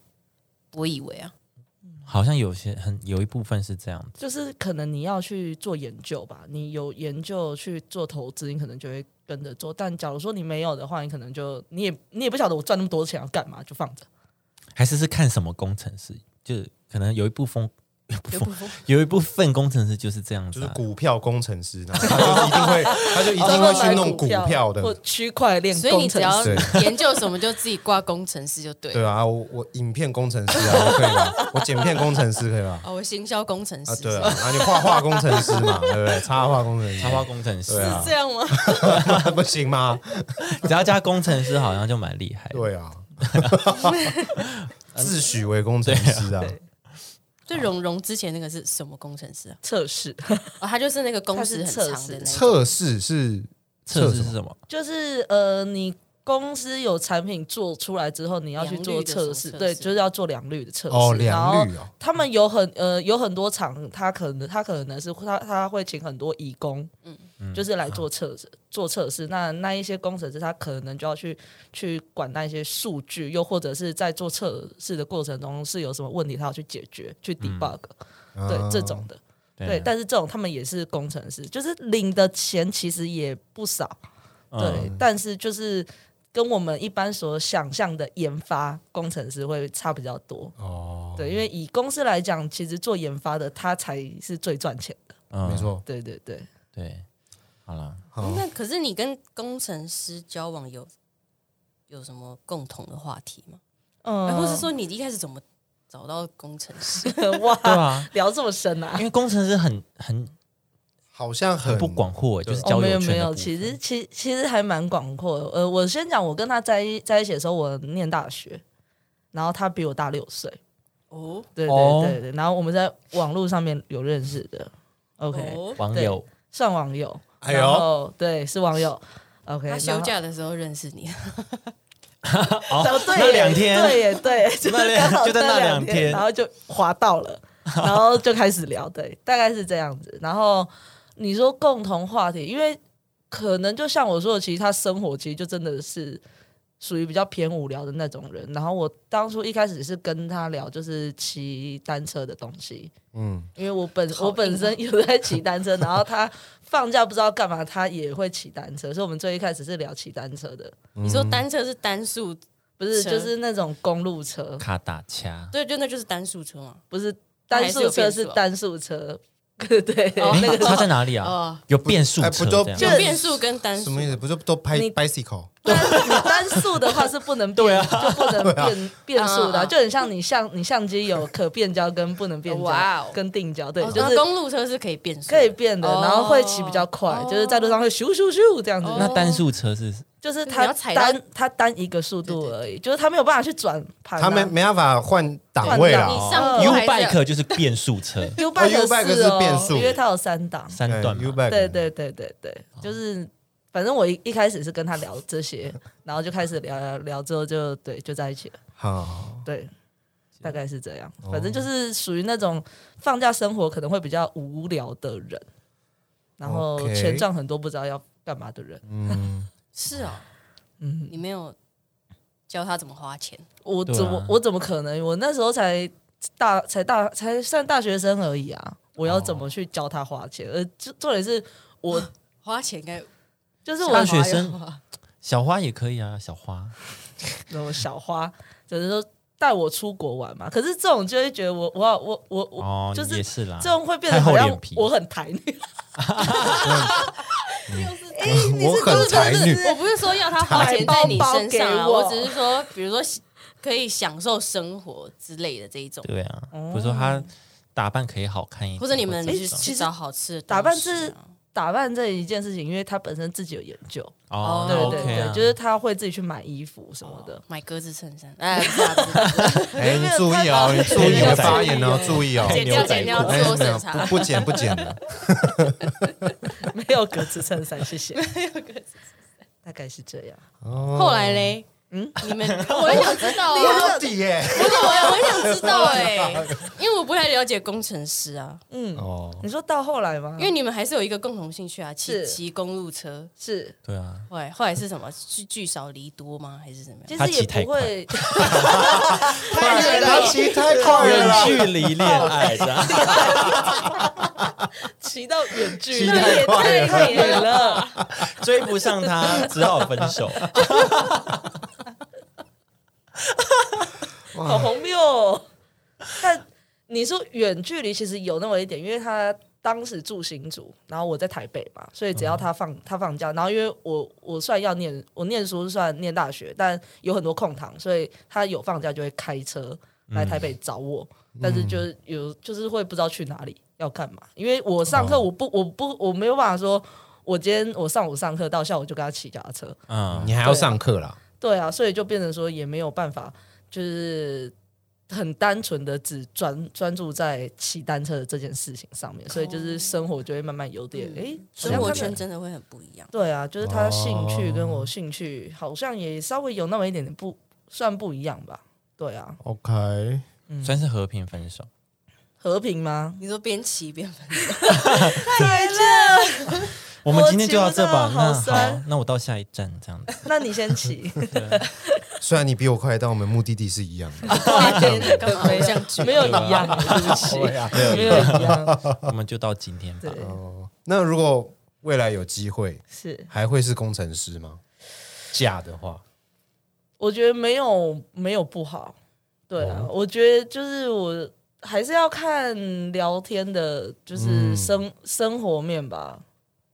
[SPEAKER 4] 我以为啊，
[SPEAKER 1] 好像有些很有一部分是这样子。
[SPEAKER 3] 就是可能你要去做研究吧，你有研究去做投资，你可能就会跟着做。但假如说你没有的话，你可能就你也你也不晓得我赚那么多钱要干嘛，就放着。
[SPEAKER 1] 还是是看什么工程师，就可能有一部分
[SPEAKER 4] 有股风
[SPEAKER 1] 有一部分工程师就是这样
[SPEAKER 2] 就
[SPEAKER 1] 子、
[SPEAKER 2] 是
[SPEAKER 1] 啊，
[SPEAKER 2] 股票工程师，然后他就一定会，他就一定
[SPEAKER 3] 哦
[SPEAKER 2] 会去弄股票
[SPEAKER 3] 或
[SPEAKER 2] 的，
[SPEAKER 3] 区块链
[SPEAKER 4] 所以
[SPEAKER 3] 工
[SPEAKER 4] 你只
[SPEAKER 3] 程
[SPEAKER 4] 要
[SPEAKER 3] 师，
[SPEAKER 2] 对
[SPEAKER 4] 研究什么就自己挂工程师就对了。
[SPEAKER 2] 对啊，我我影片工程师啊，我可以吧？ 我剪片工程师可以吧？
[SPEAKER 4] 哦，我行销工程师、
[SPEAKER 2] 啊， 对啊，啊你画画工程师嘛，对不对？插画工程师，
[SPEAKER 1] 插画工程师
[SPEAKER 2] 对，啊
[SPEAKER 4] 是这样吗？
[SPEAKER 2] 不行吗？
[SPEAKER 1] 啊只要加工程师好像就蛮厉害的。
[SPEAKER 2] 对 啊，自诩为工程师啊，
[SPEAKER 3] 对
[SPEAKER 4] 就蓉蓉之前那个是什么工程师啊？
[SPEAKER 3] 测试
[SPEAKER 4] 哦，他就是那个工时很长的那种。
[SPEAKER 2] 测试是
[SPEAKER 1] 测
[SPEAKER 2] 什
[SPEAKER 1] 试
[SPEAKER 2] 么
[SPEAKER 1] 是什么？
[SPEAKER 3] 就是呃，你公司有产品做出来之后，你要去做测试，
[SPEAKER 4] 良率的什么测试
[SPEAKER 3] 对，就是要做良率的测试。
[SPEAKER 2] 哦，
[SPEAKER 3] 然后
[SPEAKER 2] 良率哦，
[SPEAKER 3] 他们有很呃有很多厂，他可能他可能是他他会请很多义工，嗯，就是来做测试做测试。那那一些工程师他可能就要去去管那一些数据，又或者是在做测试的过程中是有什么问题，他要去解决去 debug，、对
[SPEAKER 2] 啊
[SPEAKER 3] 这种的。
[SPEAKER 1] 对啊
[SPEAKER 3] 对，但是这种他们也是工程师，就是领的钱其实也不少，
[SPEAKER 1] 嗯
[SPEAKER 3] 对，但是就是跟我们一般所想象的研发工程师会差比较多。
[SPEAKER 2] 哦，
[SPEAKER 3] 对，因为以公司来讲，其实做研发的他才是最赚钱的。
[SPEAKER 1] 嗯
[SPEAKER 2] 没，错，
[SPEAKER 3] 对对对，
[SPEAKER 1] 对，好了，
[SPEAKER 2] 好，
[SPEAKER 4] 那可是你跟工程师交往有有什么共同的话题吗？哎
[SPEAKER 3] 嗯
[SPEAKER 4] 或 者说你一开始怎么找到工程 师？
[SPEAKER 1] 对
[SPEAKER 3] 哇，
[SPEAKER 1] 啊，
[SPEAKER 3] 聊这么深啊
[SPEAKER 1] 因？为工程师很很
[SPEAKER 2] 好像很
[SPEAKER 1] 很不广阔，就是
[SPEAKER 3] 哦，
[SPEAKER 1] 交
[SPEAKER 3] 没
[SPEAKER 1] 友
[SPEAKER 3] 有
[SPEAKER 1] 圈的
[SPEAKER 3] 没有，
[SPEAKER 1] 部分
[SPEAKER 3] 其实其其实还蛮广阔的。呃，我先讲，我跟他在一在一起的时候，我念大学，然后他比我大六岁，
[SPEAKER 4] 哦
[SPEAKER 3] 对
[SPEAKER 1] 哦
[SPEAKER 3] 对对对，然后我们在网络上面有认识的，OK，
[SPEAKER 4] 哦，
[SPEAKER 1] 网友
[SPEAKER 3] 算网友，
[SPEAKER 2] 哎
[SPEAKER 3] 然
[SPEAKER 2] 呦，
[SPEAKER 3] 后对，是网友，OK，
[SPEAKER 4] 他
[SPEAKER 3] 然
[SPEAKER 4] 休
[SPEAKER 3] 后
[SPEAKER 4] 假的时候认识你，啊
[SPEAKER 1] 哦
[SPEAKER 3] 哦，对耶，
[SPEAKER 1] 那两天
[SPEAKER 3] 对耶，对， 就是
[SPEAKER 1] 那两
[SPEAKER 3] 刚好
[SPEAKER 1] 就在那两
[SPEAKER 3] 两
[SPEAKER 1] 天
[SPEAKER 3] 然后就滑到 了，然后就开始聊，对，大概是这样子。然后你说共同话题，因为可能就像我说的，其实他生活其实就真的是属于比较偏无聊的那种人。然后我当初一开始是跟他聊就是骑单车的东西，
[SPEAKER 2] 嗯，
[SPEAKER 3] 因为我本
[SPEAKER 4] 好硬啊
[SPEAKER 3] 我本身有在骑单车，然后他放假不知道干嘛，他也会骑单车，所以我们最一开始是聊骑单车的，
[SPEAKER 2] 嗯
[SPEAKER 4] 你说单车是单数，
[SPEAKER 3] 不是
[SPEAKER 4] 车
[SPEAKER 3] 就是那种公路车。
[SPEAKER 1] 卡打掐，
[SPEAKER 4] 对，就那就是单数车嘛。
[SPEAKER 3] 不是
[SPEAKER 4] 它
[SPEAKER 3] 单
[SPEAKER 4] 还是有
[SPEAKER 3] 速车
[SPEAKER 4] 变速
[SPEAKER 3] 是
[SPEAKER 4] 哦
[SPEAKER 3] 单速车， 对对，
[SPEAKER 4] 哦
[SPEAKER 3] 那
[SPEAKER 1] 哎，
[SPEAKER 3] 个
[SPEAKER 1] 差在哪里啊？
[SPEAKER 4] 哦，
[SPEAKER 1] 有变数
[SPEAKER 2] 哎不
[SPEAKER 1] 车
[SPEAKER 2] 都
[SPEAKER 1] 这
[SPEAKER 4] 有
[SPEAKER 1] 样，
[SPEAKER 3] 就
[SPEAKER 4] 变数跟单哦
[SPEAKER 2] 什
[SPEAKER 4] 数
[SPEAKER 2] 么意思？不就都拍
[SPEAKER 3] 你
[SPEAKER 2] bicycle？
[SPEAKER 3] 单单速的话是不能变，就不能变变速的
[SPEAKER 4] 啊嗯
[SPEAKER 3] 啊，
[SPEAKER 4] 嗯嗯
[SPEAKER 3] 就很像你相你相机有可变焦跟不能变
[SPEAKER 4] 哇
[SPEAKER 3] 焦
[SPEAKER 4] 哦
[SPEAKER 3] 跟定焦，对，
[SPEAKER 4] 哦
[SPEAKER 3] 就是
[SPEAKER 4] 那公路车是可以变速的，
[SPEAKER 3] 可以变的，
[SPEAKER 4] 哦
[SPEAKER 3] 然后会骑比较快，
[SPEAKER 4] 哦
[SPEAKER 3] 就是在路上会咻咻咻这样子，
[SPEAKER 1] 那单数车是
[SPEAKER 3] 就是
[SPEAKER 4] 你
[SPEAKER 3] 它
[SPEAKER 4] 要踩到
[SPEAKER 3] 单它单一个速度而已，就是它没有办法去转盘啊，
[SPEAKER 2] 他们没办法换档位啦
[SPEAKER 3] 换档
[SPEAKER 4] 你
[SPEAKER 2] 哦，
[SPEAKER 4] 上
[SPEAKER 3] 哦
[SPEAKER 4] 路
[SPEAKER 1] U
[SPEAKER 4] 还是
[SPEAKER 1] bike 就是变速车
[SPEAKER 3] U bike
[SPEAKER 2] U-bike
[SPEAKER 3] 是
[SPEAKER 2] 是变速
[SPEAKER 3] 哦因为它有三档，
[SPEAKER 1] 三段嘛，
[SPEAKER 2] 哎 U back，
[SPEAKER 3] 对对对对对，
[SPEAKER 2] 哦
[SPEAKER 3] 就是反正我一一开始是跟他聊这些，然后就开始聊聊聊之后就对就在一起了，
[SPEAKER 2] 好，
[SPEAKER 3] 对，
[SPEAKER 4] 哦
[SPEAKER 3] 大概是这样。反正就是属于那种放假生活可能会比较无聊的人，然后
[SPEAKER 2] OK
[SPEAKER 3] 钱赚很多不知道要干嘛的人。
[SPEAKER 2] 嗯，
[SPEAKER 4] 是哦，
[SPEAKER 3] 嗯，
[SPEAKER 4] 你没有教他怎么花钱，
[SPEAKER 3] 我
[SPEAKER 1] 对啊
[SPEAKER 3] 怎么、我怎么可能？我那时候才大才大才算大学生而已啊，我要怎
[SPEAKER 1] 哦
[SPEAKER 3] 么去教他花钱？而就重点是 我
[SPEAKER 4] 花钱应该
[SPEAKER 3] 就是我
[SPEAKER 1] 大学生
[SPEAKER 4] 花要花
[SPEAKER 1] 小花也可以啊，小花
[SPEAKER 3] 那种小花，就是说带我出国玩嘛。可是这种就会觉得我我我我我、
[SPEAKER 1] 哦，
[SPEAKER 3] 就
[SPEAKER 1] 你
[SPEAKER 3] 是
[SPEAKER 1] 也是啦
[SPEAKER 3] 这，种会变得
[SPEAKER 1] 太厚
[SPEAKER 3] 好
[SPEAKER 1] 脸
[SPEAKER 3] 像
[SPEAKER 1] 皮
[SPEAKER 3] 我很台女，
[SPEAKER 4] 哎
[SPEAKER 2] 我很才女，
[SPEAKER 4] 我不是说要他花钱在你身上
[SPEAKER 3] 买包包
[SPEAKER 4] 啊，
[SPEAKER 3] 给我
[SPEAKER 4] 我只是说，比如说可以享受生活之类的这一种。
[SPEAKER 3] 哦
[SPEAKER 1] 对啊，比如说他打扮可以好看一点，
[SPEAKER 4] 或者你们去
[SPEAKER 1] 这种
[SPEAKER 4] 去找好吃的东西啊，
[SPEAKER 3] 打扮是打扮这一件事情，因为他本身自己有研究，
[SPEAKER 1] 哦，
[SPEAKER 4] 啊
[SPEAKER 3] 对
[SPEAKER 1] 那
[SPEAKER 3] 对
[SPEAKER 1] OK
[SPEAKER 3] 对，
[SPEAKER 1] 啊
[SPEAKER 3] 就是他会自己去买衣服什么的。
[SPEAKER 4] 买格子衬衫，哎，不是啊不是啊
[SPEAKER 2] 哎，你注意哦，你注意你的发言哦，注意哦，
[SPEAKER 4] 剪掉剪掉
[SPEAKER 2] 哎
[SPEAKER 4] 自我
[SPEAKER 2] 没有
[SPEAKER 4] 审查
[SPEAKER 2] 不不剪不剪的，
[SPEAKER 3] 没有格子衬衫，谢哦 谢。没有格子衬衫，大概是这样。
[SPEAKER 2] 哦
[SPEAKER 4] 后来嘞，嗯，你们 我很想知道啊，
[SPEAKER 2] 到底耶，
[SPEAKER 4] 不是我我很想知道 哎，因为我不太了解工程师啊，
[SPEAKER 3] 嗯
[SPEAKER 2] 哦，
[SPEAKER 3] 你说到后来吗？
[SPEAKER 4] 因为你们还是有一个共同兴趣啊，骑
[SPEAKER 3] 是
[SPEAKER 4] 骑公路车。
[SPEAKER 3] 是，
[SPEAKER 1] 对啊，
[SPEAKER 4] 后来后来是什么？聚聚少离多吗？还是怎么样？
[SPEAKER 3] 其
[SPEAKER 1] 他
[SPEAKER 3] 实
[SPEAKER 1] 骑
[SPEAKER 3] 也
[SPEAKER 1] 太
[SPEAKER 3] 不会，
[SPEAKER 2] 太远了，骑太快了啦，
[SPEAKER 1] 远距离恋 爱这样，
[SPEAKER 3] 骑到远距
[SPEAKER 2] 骑
[SPEAKER 3] 离，
[SPEAKER 2] 太快了
[SPEAKER 3] 也太远 了。
[SPEAKER 1] 追不上他，只好分 手。
[SPEAKER 3] 好荒谬、哦。但你说远距离其实有那么一点，因为他当时住新竹，然后我在台北嘛，所以只要他
[SPEAKER 2] 嗯
[SPEAKER 3] 放、他放假，然后因为我我算要念我念书算念大学，但有很多空堂，所以他有放假就会开车来台北找我，
[SPEAKER 2] 嗯
[SPEAKER 3] 但是就是有就是会不知道去哪里要干嘛，因为我上课我不、我不我没有办法说。我今天我上午上课到下午就跟他骑脚踏车，
[SPEAKER 1] 嗯，
[SPEAKER 2] 你还要上课啦，
[SPEAKER 3] 对啊，所以就变成说也没有办法，就是很单纯的只专专注在骑单车的这件事情上面，所以就是生活就会慢慢有点
[SPEAKER 4] 嗯
[SPEAKER 3] 诶，好像
[SPEAKER 4] 生活
[SPEAKER 3] 他
[SPEAKER 4] 圈
[SPEAKER 3] 的
[SPEAKER 4] 真的会很不一样。
[SPEAKER 3] 对啊，就是他的兴趣跟我兴趣好像也稍微有那么一点点不算不一样吧？对啊，
[SPEAKER 2] OK，
[SPEAKER 3] 嗯
[SPEAKER 1] 算是和平分手。
[SPEAKER 3] 和平吗？
[SPEAKER 4] 你说边骑 边分，
[SPEAKER 3] 太了，
[SPEAKER 1] 我们今天就到这吧，
[SPEAKER 3] 我骑不到
[SPEAKER 1] 那好
[SPEAKER 3] 好酸，
[SPEAKER 1] 那我到下一站这样 子。
[SPEAKER 3] 那你先骑，
[SPEAKER 2] 虽然你比我快，但我们目的地是一样的，
[SPEAKER 4] 干嘛偶
[SPEAKER 2] 啊
[SPEAKER 4] 像剧？
[SPEAKER 3] 没有一样，对不起，没有一样，哦
[SPEAKER 1] 我们就到今天吧
[SPEAKER 3] 对。，
[SPEAKER 2] 那如果未来有机会，
[SPEAKER 3] 是。
[SPEAKER 2] 还会是工程师吗？假的话，
[SPEAKER 3] 我觉得没有没有不好，对啊，我觉得就是我还是要看聊天的，就是
[SPEAKER 2] 嗯
[SPEAKER 3] 生、生活面吧，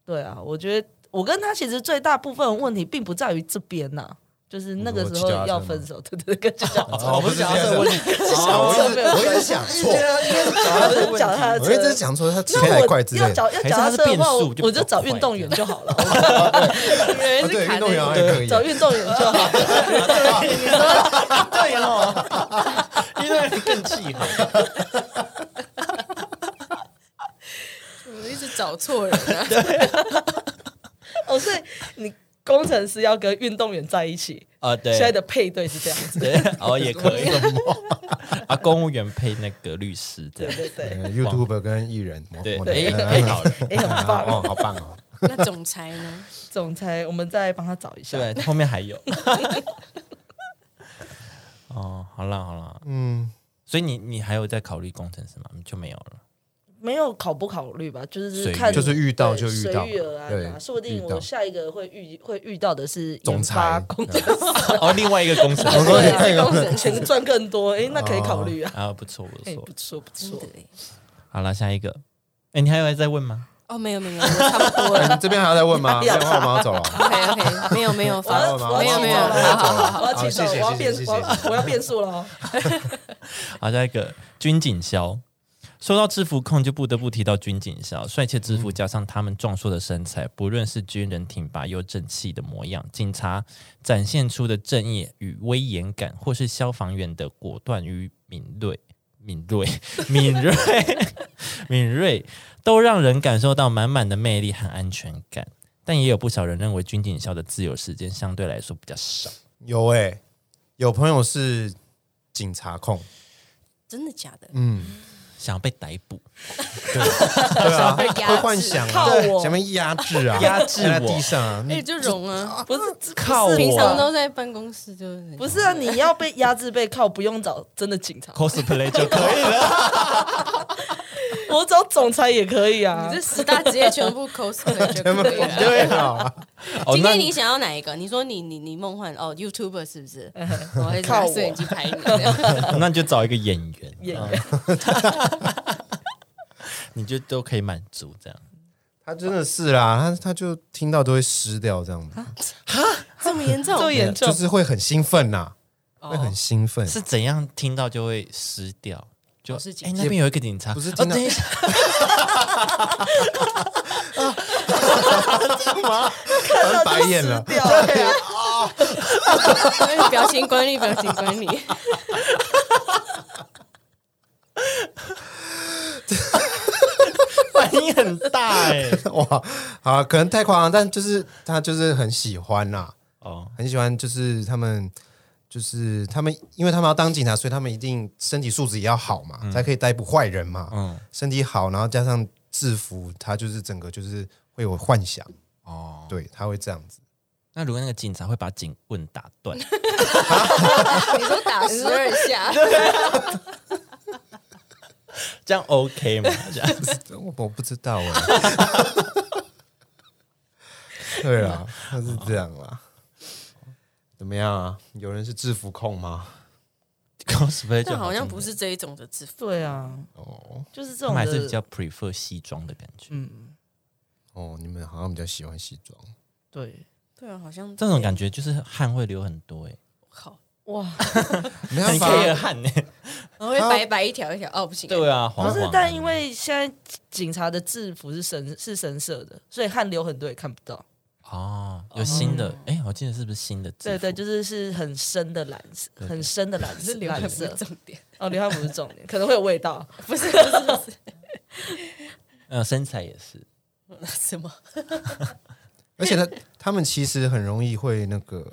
[SPEAKER 3] 对啊，我觉得我跟他其实最大部分的问题并不在于这边呐、就是那个时候要分手，对对对，跟就 讲
[SPEAKER 2] 哦不是假的，我
[SPEAKER 3] 我
[SPEAKER 2] 一直哦我一直想错，
[SPEAKER 3] 啊脚踏车
[SPEAKER 2] 我一。直讲错，他骑
[SPEAKER 3] 那
[SPEAKER 2] 太
[SPEAKER 3] 我
[SPEAKER 2] 快之
[SPEAKER 3] 要
[SPEAKER 2] 类
[SPEAKER 3] 找
[SPEAKER 2] 的。哦
[SPEAKER 3] 要
[SPEAKER 1] 还是它是
[SPEAKER 3] 脚踏车的
[SPEAKER 1] 变
[SPEAKER 3] 话，
[SPEAKER 1] 速
[SPEAKER 3] 我
[SPEAKER 1] 就
[SPEAKER 3] 我
[SPEAKER 1] 比
[SPEAKER 3] 就
[SPEAKER 1] 较
[SPEAKER 3] 找
[SPEAKER 1] 快
[SPEAKER 3] 运动员就好了，
[SPEAKER 4] 原来
[SPEAKER 2] 对，
[SPEAKER 4] 是
[SPEAKER 2] 运
[SPEAKER 4] 卡
[SPEAKER 2] 动员还
[SPEAKER 4] 在
[SPEAKER 2] 可以，
[SPEAKER 3] 找运动员就好了。
[SPEAKER 1] 对哦， 因为更气 吼。
[SPEAKER 4] 我嗯一直找错人啊。
[SPEAKER 3] 哦，所以你工程师要跟运动员在一起，
[SPEAKER 1] 啊，对，
[SPEAKER 3] 现在的配对是这样子，
[SPEAKER 1] 对，哦也可 以。 啊，公务员配那个律师这
[SPEAKER 3] 对
[SPEAKER 1] 样。
[SPEAKER 3] 对对，
[SPEAKER 2] 呃 YouTube 跟艺人，我
[SPEAKER 1] 对，
[SPEAKER 2] 我
[SPEAKER 1] 哎，配好 了。
[SPEAKER 3] 哎，很棒
[SPEAKER 2] 哦，好棒哦！
[SPEAKER 4] 那总裁 呢？
[SPEAKER 3] 总裁，我们再帮他找一下。
[SPEAKER 1] 对， 后面还有。 哦，好啦好啦，
[SPEAKER 2] 嗯，
[SPEAKER 1] 所以你你还有在考虑工程师吗？就没有了。
[SPEAKER 3] 没有考不考虑吧，就是
[SPEAKER 1] 随遇
[SPEAKER 3] 看
[SPEAKER 2] 就是遇到
[SPEAKER 3] 对
[SPEAKER 2] 就遇到
[SPEAKER 3] 随遇而安嘛。
[SPEAKER 2] 对
[SPEAKER 3] 啊说不定
[SPEAKER 2] 遇到
[SPEAKER 3] 我下一个会遇会遇到的是
[SPEAKER 2] 总
[SPEAKER 3] 研发
[SPEAKER 2] 裁
[SPEAKER 3] 工程师，
[SPEAKER 1] 哦，另外一个工程
[SPEAKER 2] 我说
[SPEAKER 1] 师
[SPEAKER 2] 你看有
[SPEAKER 3] 对钱赚更多，哎，那可以考虑啊。
[SPEAKER 1] 啊，不错
[SPEAKER 2] 哦
[SPEAKER 1] 不
[SPEAKER 3] 哎，
[SPEAKER 1] 错
[SPEAKER 3] 不。错不
[SPEAKER 4] 真
[SPEAKER 3] 错
[SPEAKER 2] 嗯
[SPEAKER 4] 的，欸耶
[SPEAKER 1] 好了，下一个。哎，你还有在问吗？
[SPEAKER 4] 哦，没有没有，我差不多
[SPEAKER 2] 哎
[SPEAKER 4] 了。
[SPEAKER 2] 你这边还要再问 吗？
[SPEAKER 3] 不要
[SPEAKER 2] 电话马上走啊了。
[SPEAKER 4] OK OK，没有没有，
[SPEAKER 3] 我要
[SPEAKER 4] 反
[SPEAKER 2] 好吗
[SPEAKER 3] 我
[SPEAKER 4] 没
[SPEAKER 3] 要
[SPEAKER 4] 有
[SPEAKER 3] 起
[SPEAKER 4] 没有，
[SPEAKER 3] 走
[SPEAKER 4] 好好好，
[SPEAKER 3] 了，我要
[SPEAKER 2] 好
[SPEAKER 3] 起走
[SPEAKER 2] 谢
[SPEAKER 3] 了，
[SPEAKER 2] 谢
[SPEAKER 3] 我要变
[SPEAKER 2] 谢，谢
[SPEAKER 3] 我要我要变数了 哦。
[SPEAKER 1] 好，下一个军警校。说到制服控，就不得不提到军警校，帅气的制服加上他们壮硕的身材，不论是军人挺拔又正气的模样，警察展现出的正义与威严感，或是消防员的果断与敏锐、敏锐、 敏锐、敏锐，都让人感受到满满的魅力和安全感。但也有不少人认为军警校的自由时间相对来说比较少。
[SPEAKER 2] 有哎、有朋友是警察控，
[SPEAKER 4] 真的假的？
[SPEAKER 2] 嗯，
[SPEAKER 1] 想要被逮捕，
[SPEAKER 2] 对啊，
[SPEAKER 4] 被压制
[SPEAKER 2] 会幻想啊，
[SPEAKER 3] 靠我
[SPEAKER 2] 前面压制 啊，
[SPEAKER 1] 压制我
[SPEAKER 2] 压在地上啊，
[SPEAKER 4] 哎，就容啊，
[SPEAKER 3] 不是
[SPEAKER 1] 靠我
[SPEAKER 4] 平常都在办公室就
[SPEAKER 3] 不是啊，你要被压制被铐，不用找真的警察，
[SPEAKER 1] cosplay 就可以了。
[SPEAKER 3] 我找总裁也可以啊
[SPEAKER 4] 你。这十大职业全部 cosplay 就
[SPEAKER 2] 全部
[SPEAKER 4] 可以了。
[SPEAKER 2] 对啊，
[SPEAKER 1] 哦
[SPEAKER 4] 今
[SPEAKER 1] 那
[SPEAKER 4] 天你想要哪一个？你说你你你梦幻哦，YouTuber 是不 是？我会
[SPEAKER 3] 靠
[SPEAKER 4] 拿
[SPEAKER 3] 我
[SPEAKER 4] 摄影机拍你这样。
[SPEAKER 1] 那你就找一个演员，
[SPEAKER 3] 演员
[SPEAKER 2] 哎
[SPEAKER 1] 你就都可以满足这样。
[SPEAKER 2] 他真的是啦，他他就听到都会湿掉这样子，
[SPEAKER 4] 这么严重？
[SPEAKER 3] 这么啊严重哦
[SPEAKER 2] 就是会很兴奋呐、会很兴奋，
[SPEAKER 1] 是怎样听到就会湿掉？就
[SPEAKER 3] 哦
[SPEAKER 4] 我是警
[SPEAKER 1] 哎、
[SPEAKER 4] 察
[SPEAKER 1] 那边有一个警察，
[SPEAKER 2] 不是
[SPEAKER 1] 哦
[SPEAKER 2] 听到
[SPEAKER 1] 等一下，
[SPEAKER 2] 翻白眼 了。
[SPEAKER 3] 掉了
[SPEAKER 4] 表情管理，表情管理，
[SPEAKER 1] 反应很大 哎、
[SPEAKER 2] 哇，啊，可能太夸张，但就是他就是很喜欢啦、
[SPEAKER 1] 哦，
[SPEAKER 2] 很喜欢，就是他们，就是他们，因为他们要当警察，所以他们一定身体素质也要好嘛，才可以逮捕坏人嘛。
[SPEAKER 1] 嗯，
[SPEAKER 2] 身体好，然后加上制服，他就是整个就是会有幻想，
[SPEAKER 1] 哦，
[SPEAKER 2] 对他会这样子。
[SPEAKER 1] 那如果那个警察会把警棍打断，
[SPEAKER 4] 你说打十二 下，
[SPEAKER 1] 这样 OK 吗？这样子，
[SPEAKER 2] 我我不知道哎、 对啊，他是这样啦。哦怎么样啊？有人是制服控吗？
[SPEAKER 1] cosplay 就
[SPEAKER 4] 但好像不
[SPEAKER 1] 是，
[SPEAKER 4] 是这一种的制服，
[SPEAKER 3] 对啊，
[SPEAKER 2] 哦
[SPEAKER 3] 就是这
[SPEAKER 1] 他
[SPEAKER 3] 种
[SPEAKER 1] 们还是比
[SPEAKER 3] 的，
[SPEAKER 1] 较 prefer 西装的感觉。
[SPEAKER 3] 嗯，
[SPEAKER 2] 哦，你们好像比较喜欢西装。
[SPEAKER 3] 对，
[SPEAKER 4] 对啊，好像
[SPEAKER 1] 这种感觉就是汗会流很多哎、
[SPEAKER 4] 好，
[SPEAKER 3] 哇，
[SPEAKER 2] 没
[SPEAKER 1] 欸，很
[SPEAKER 2] 办法，啊
[SPEAKER 1] 配合汗哎、
[SPEAKER 4] 然后会白白一条一条，哦，不 行，
[SPEAKER 1] 对啊，黄黄
[SPEAKER 3] 不是
[SPEAKER 1] 的，
[SPEAKER 3] 但因为现在警察的制服是神是神色的，所以汗流很多也看不到。
[SPEAKER 1] 哦，有新的哎、我记得是不是新的制服？
[SPEAKER 3] 对对，就是是很深的蓝色，
[SPEAKER 1] 对对
[SPEAKER 3] 很深的蓝色，
[SPEAKER 4] 流
[SPEAKER 3] 蓝
[SPEAKER 4] 汗不是
[SPEAKER 3] 色。
[SPEAKER 4] 重点，
[SPEAKER 3] 哦，流汗不是重点，可能会有味道。
[SPEAKER 4] 不是不是不是
[SPEAKER 1] 嗯、身材也是，
[SPEAKER 4] 什么，
[SPEAKER 2] 而且他他们其实很容易会那个，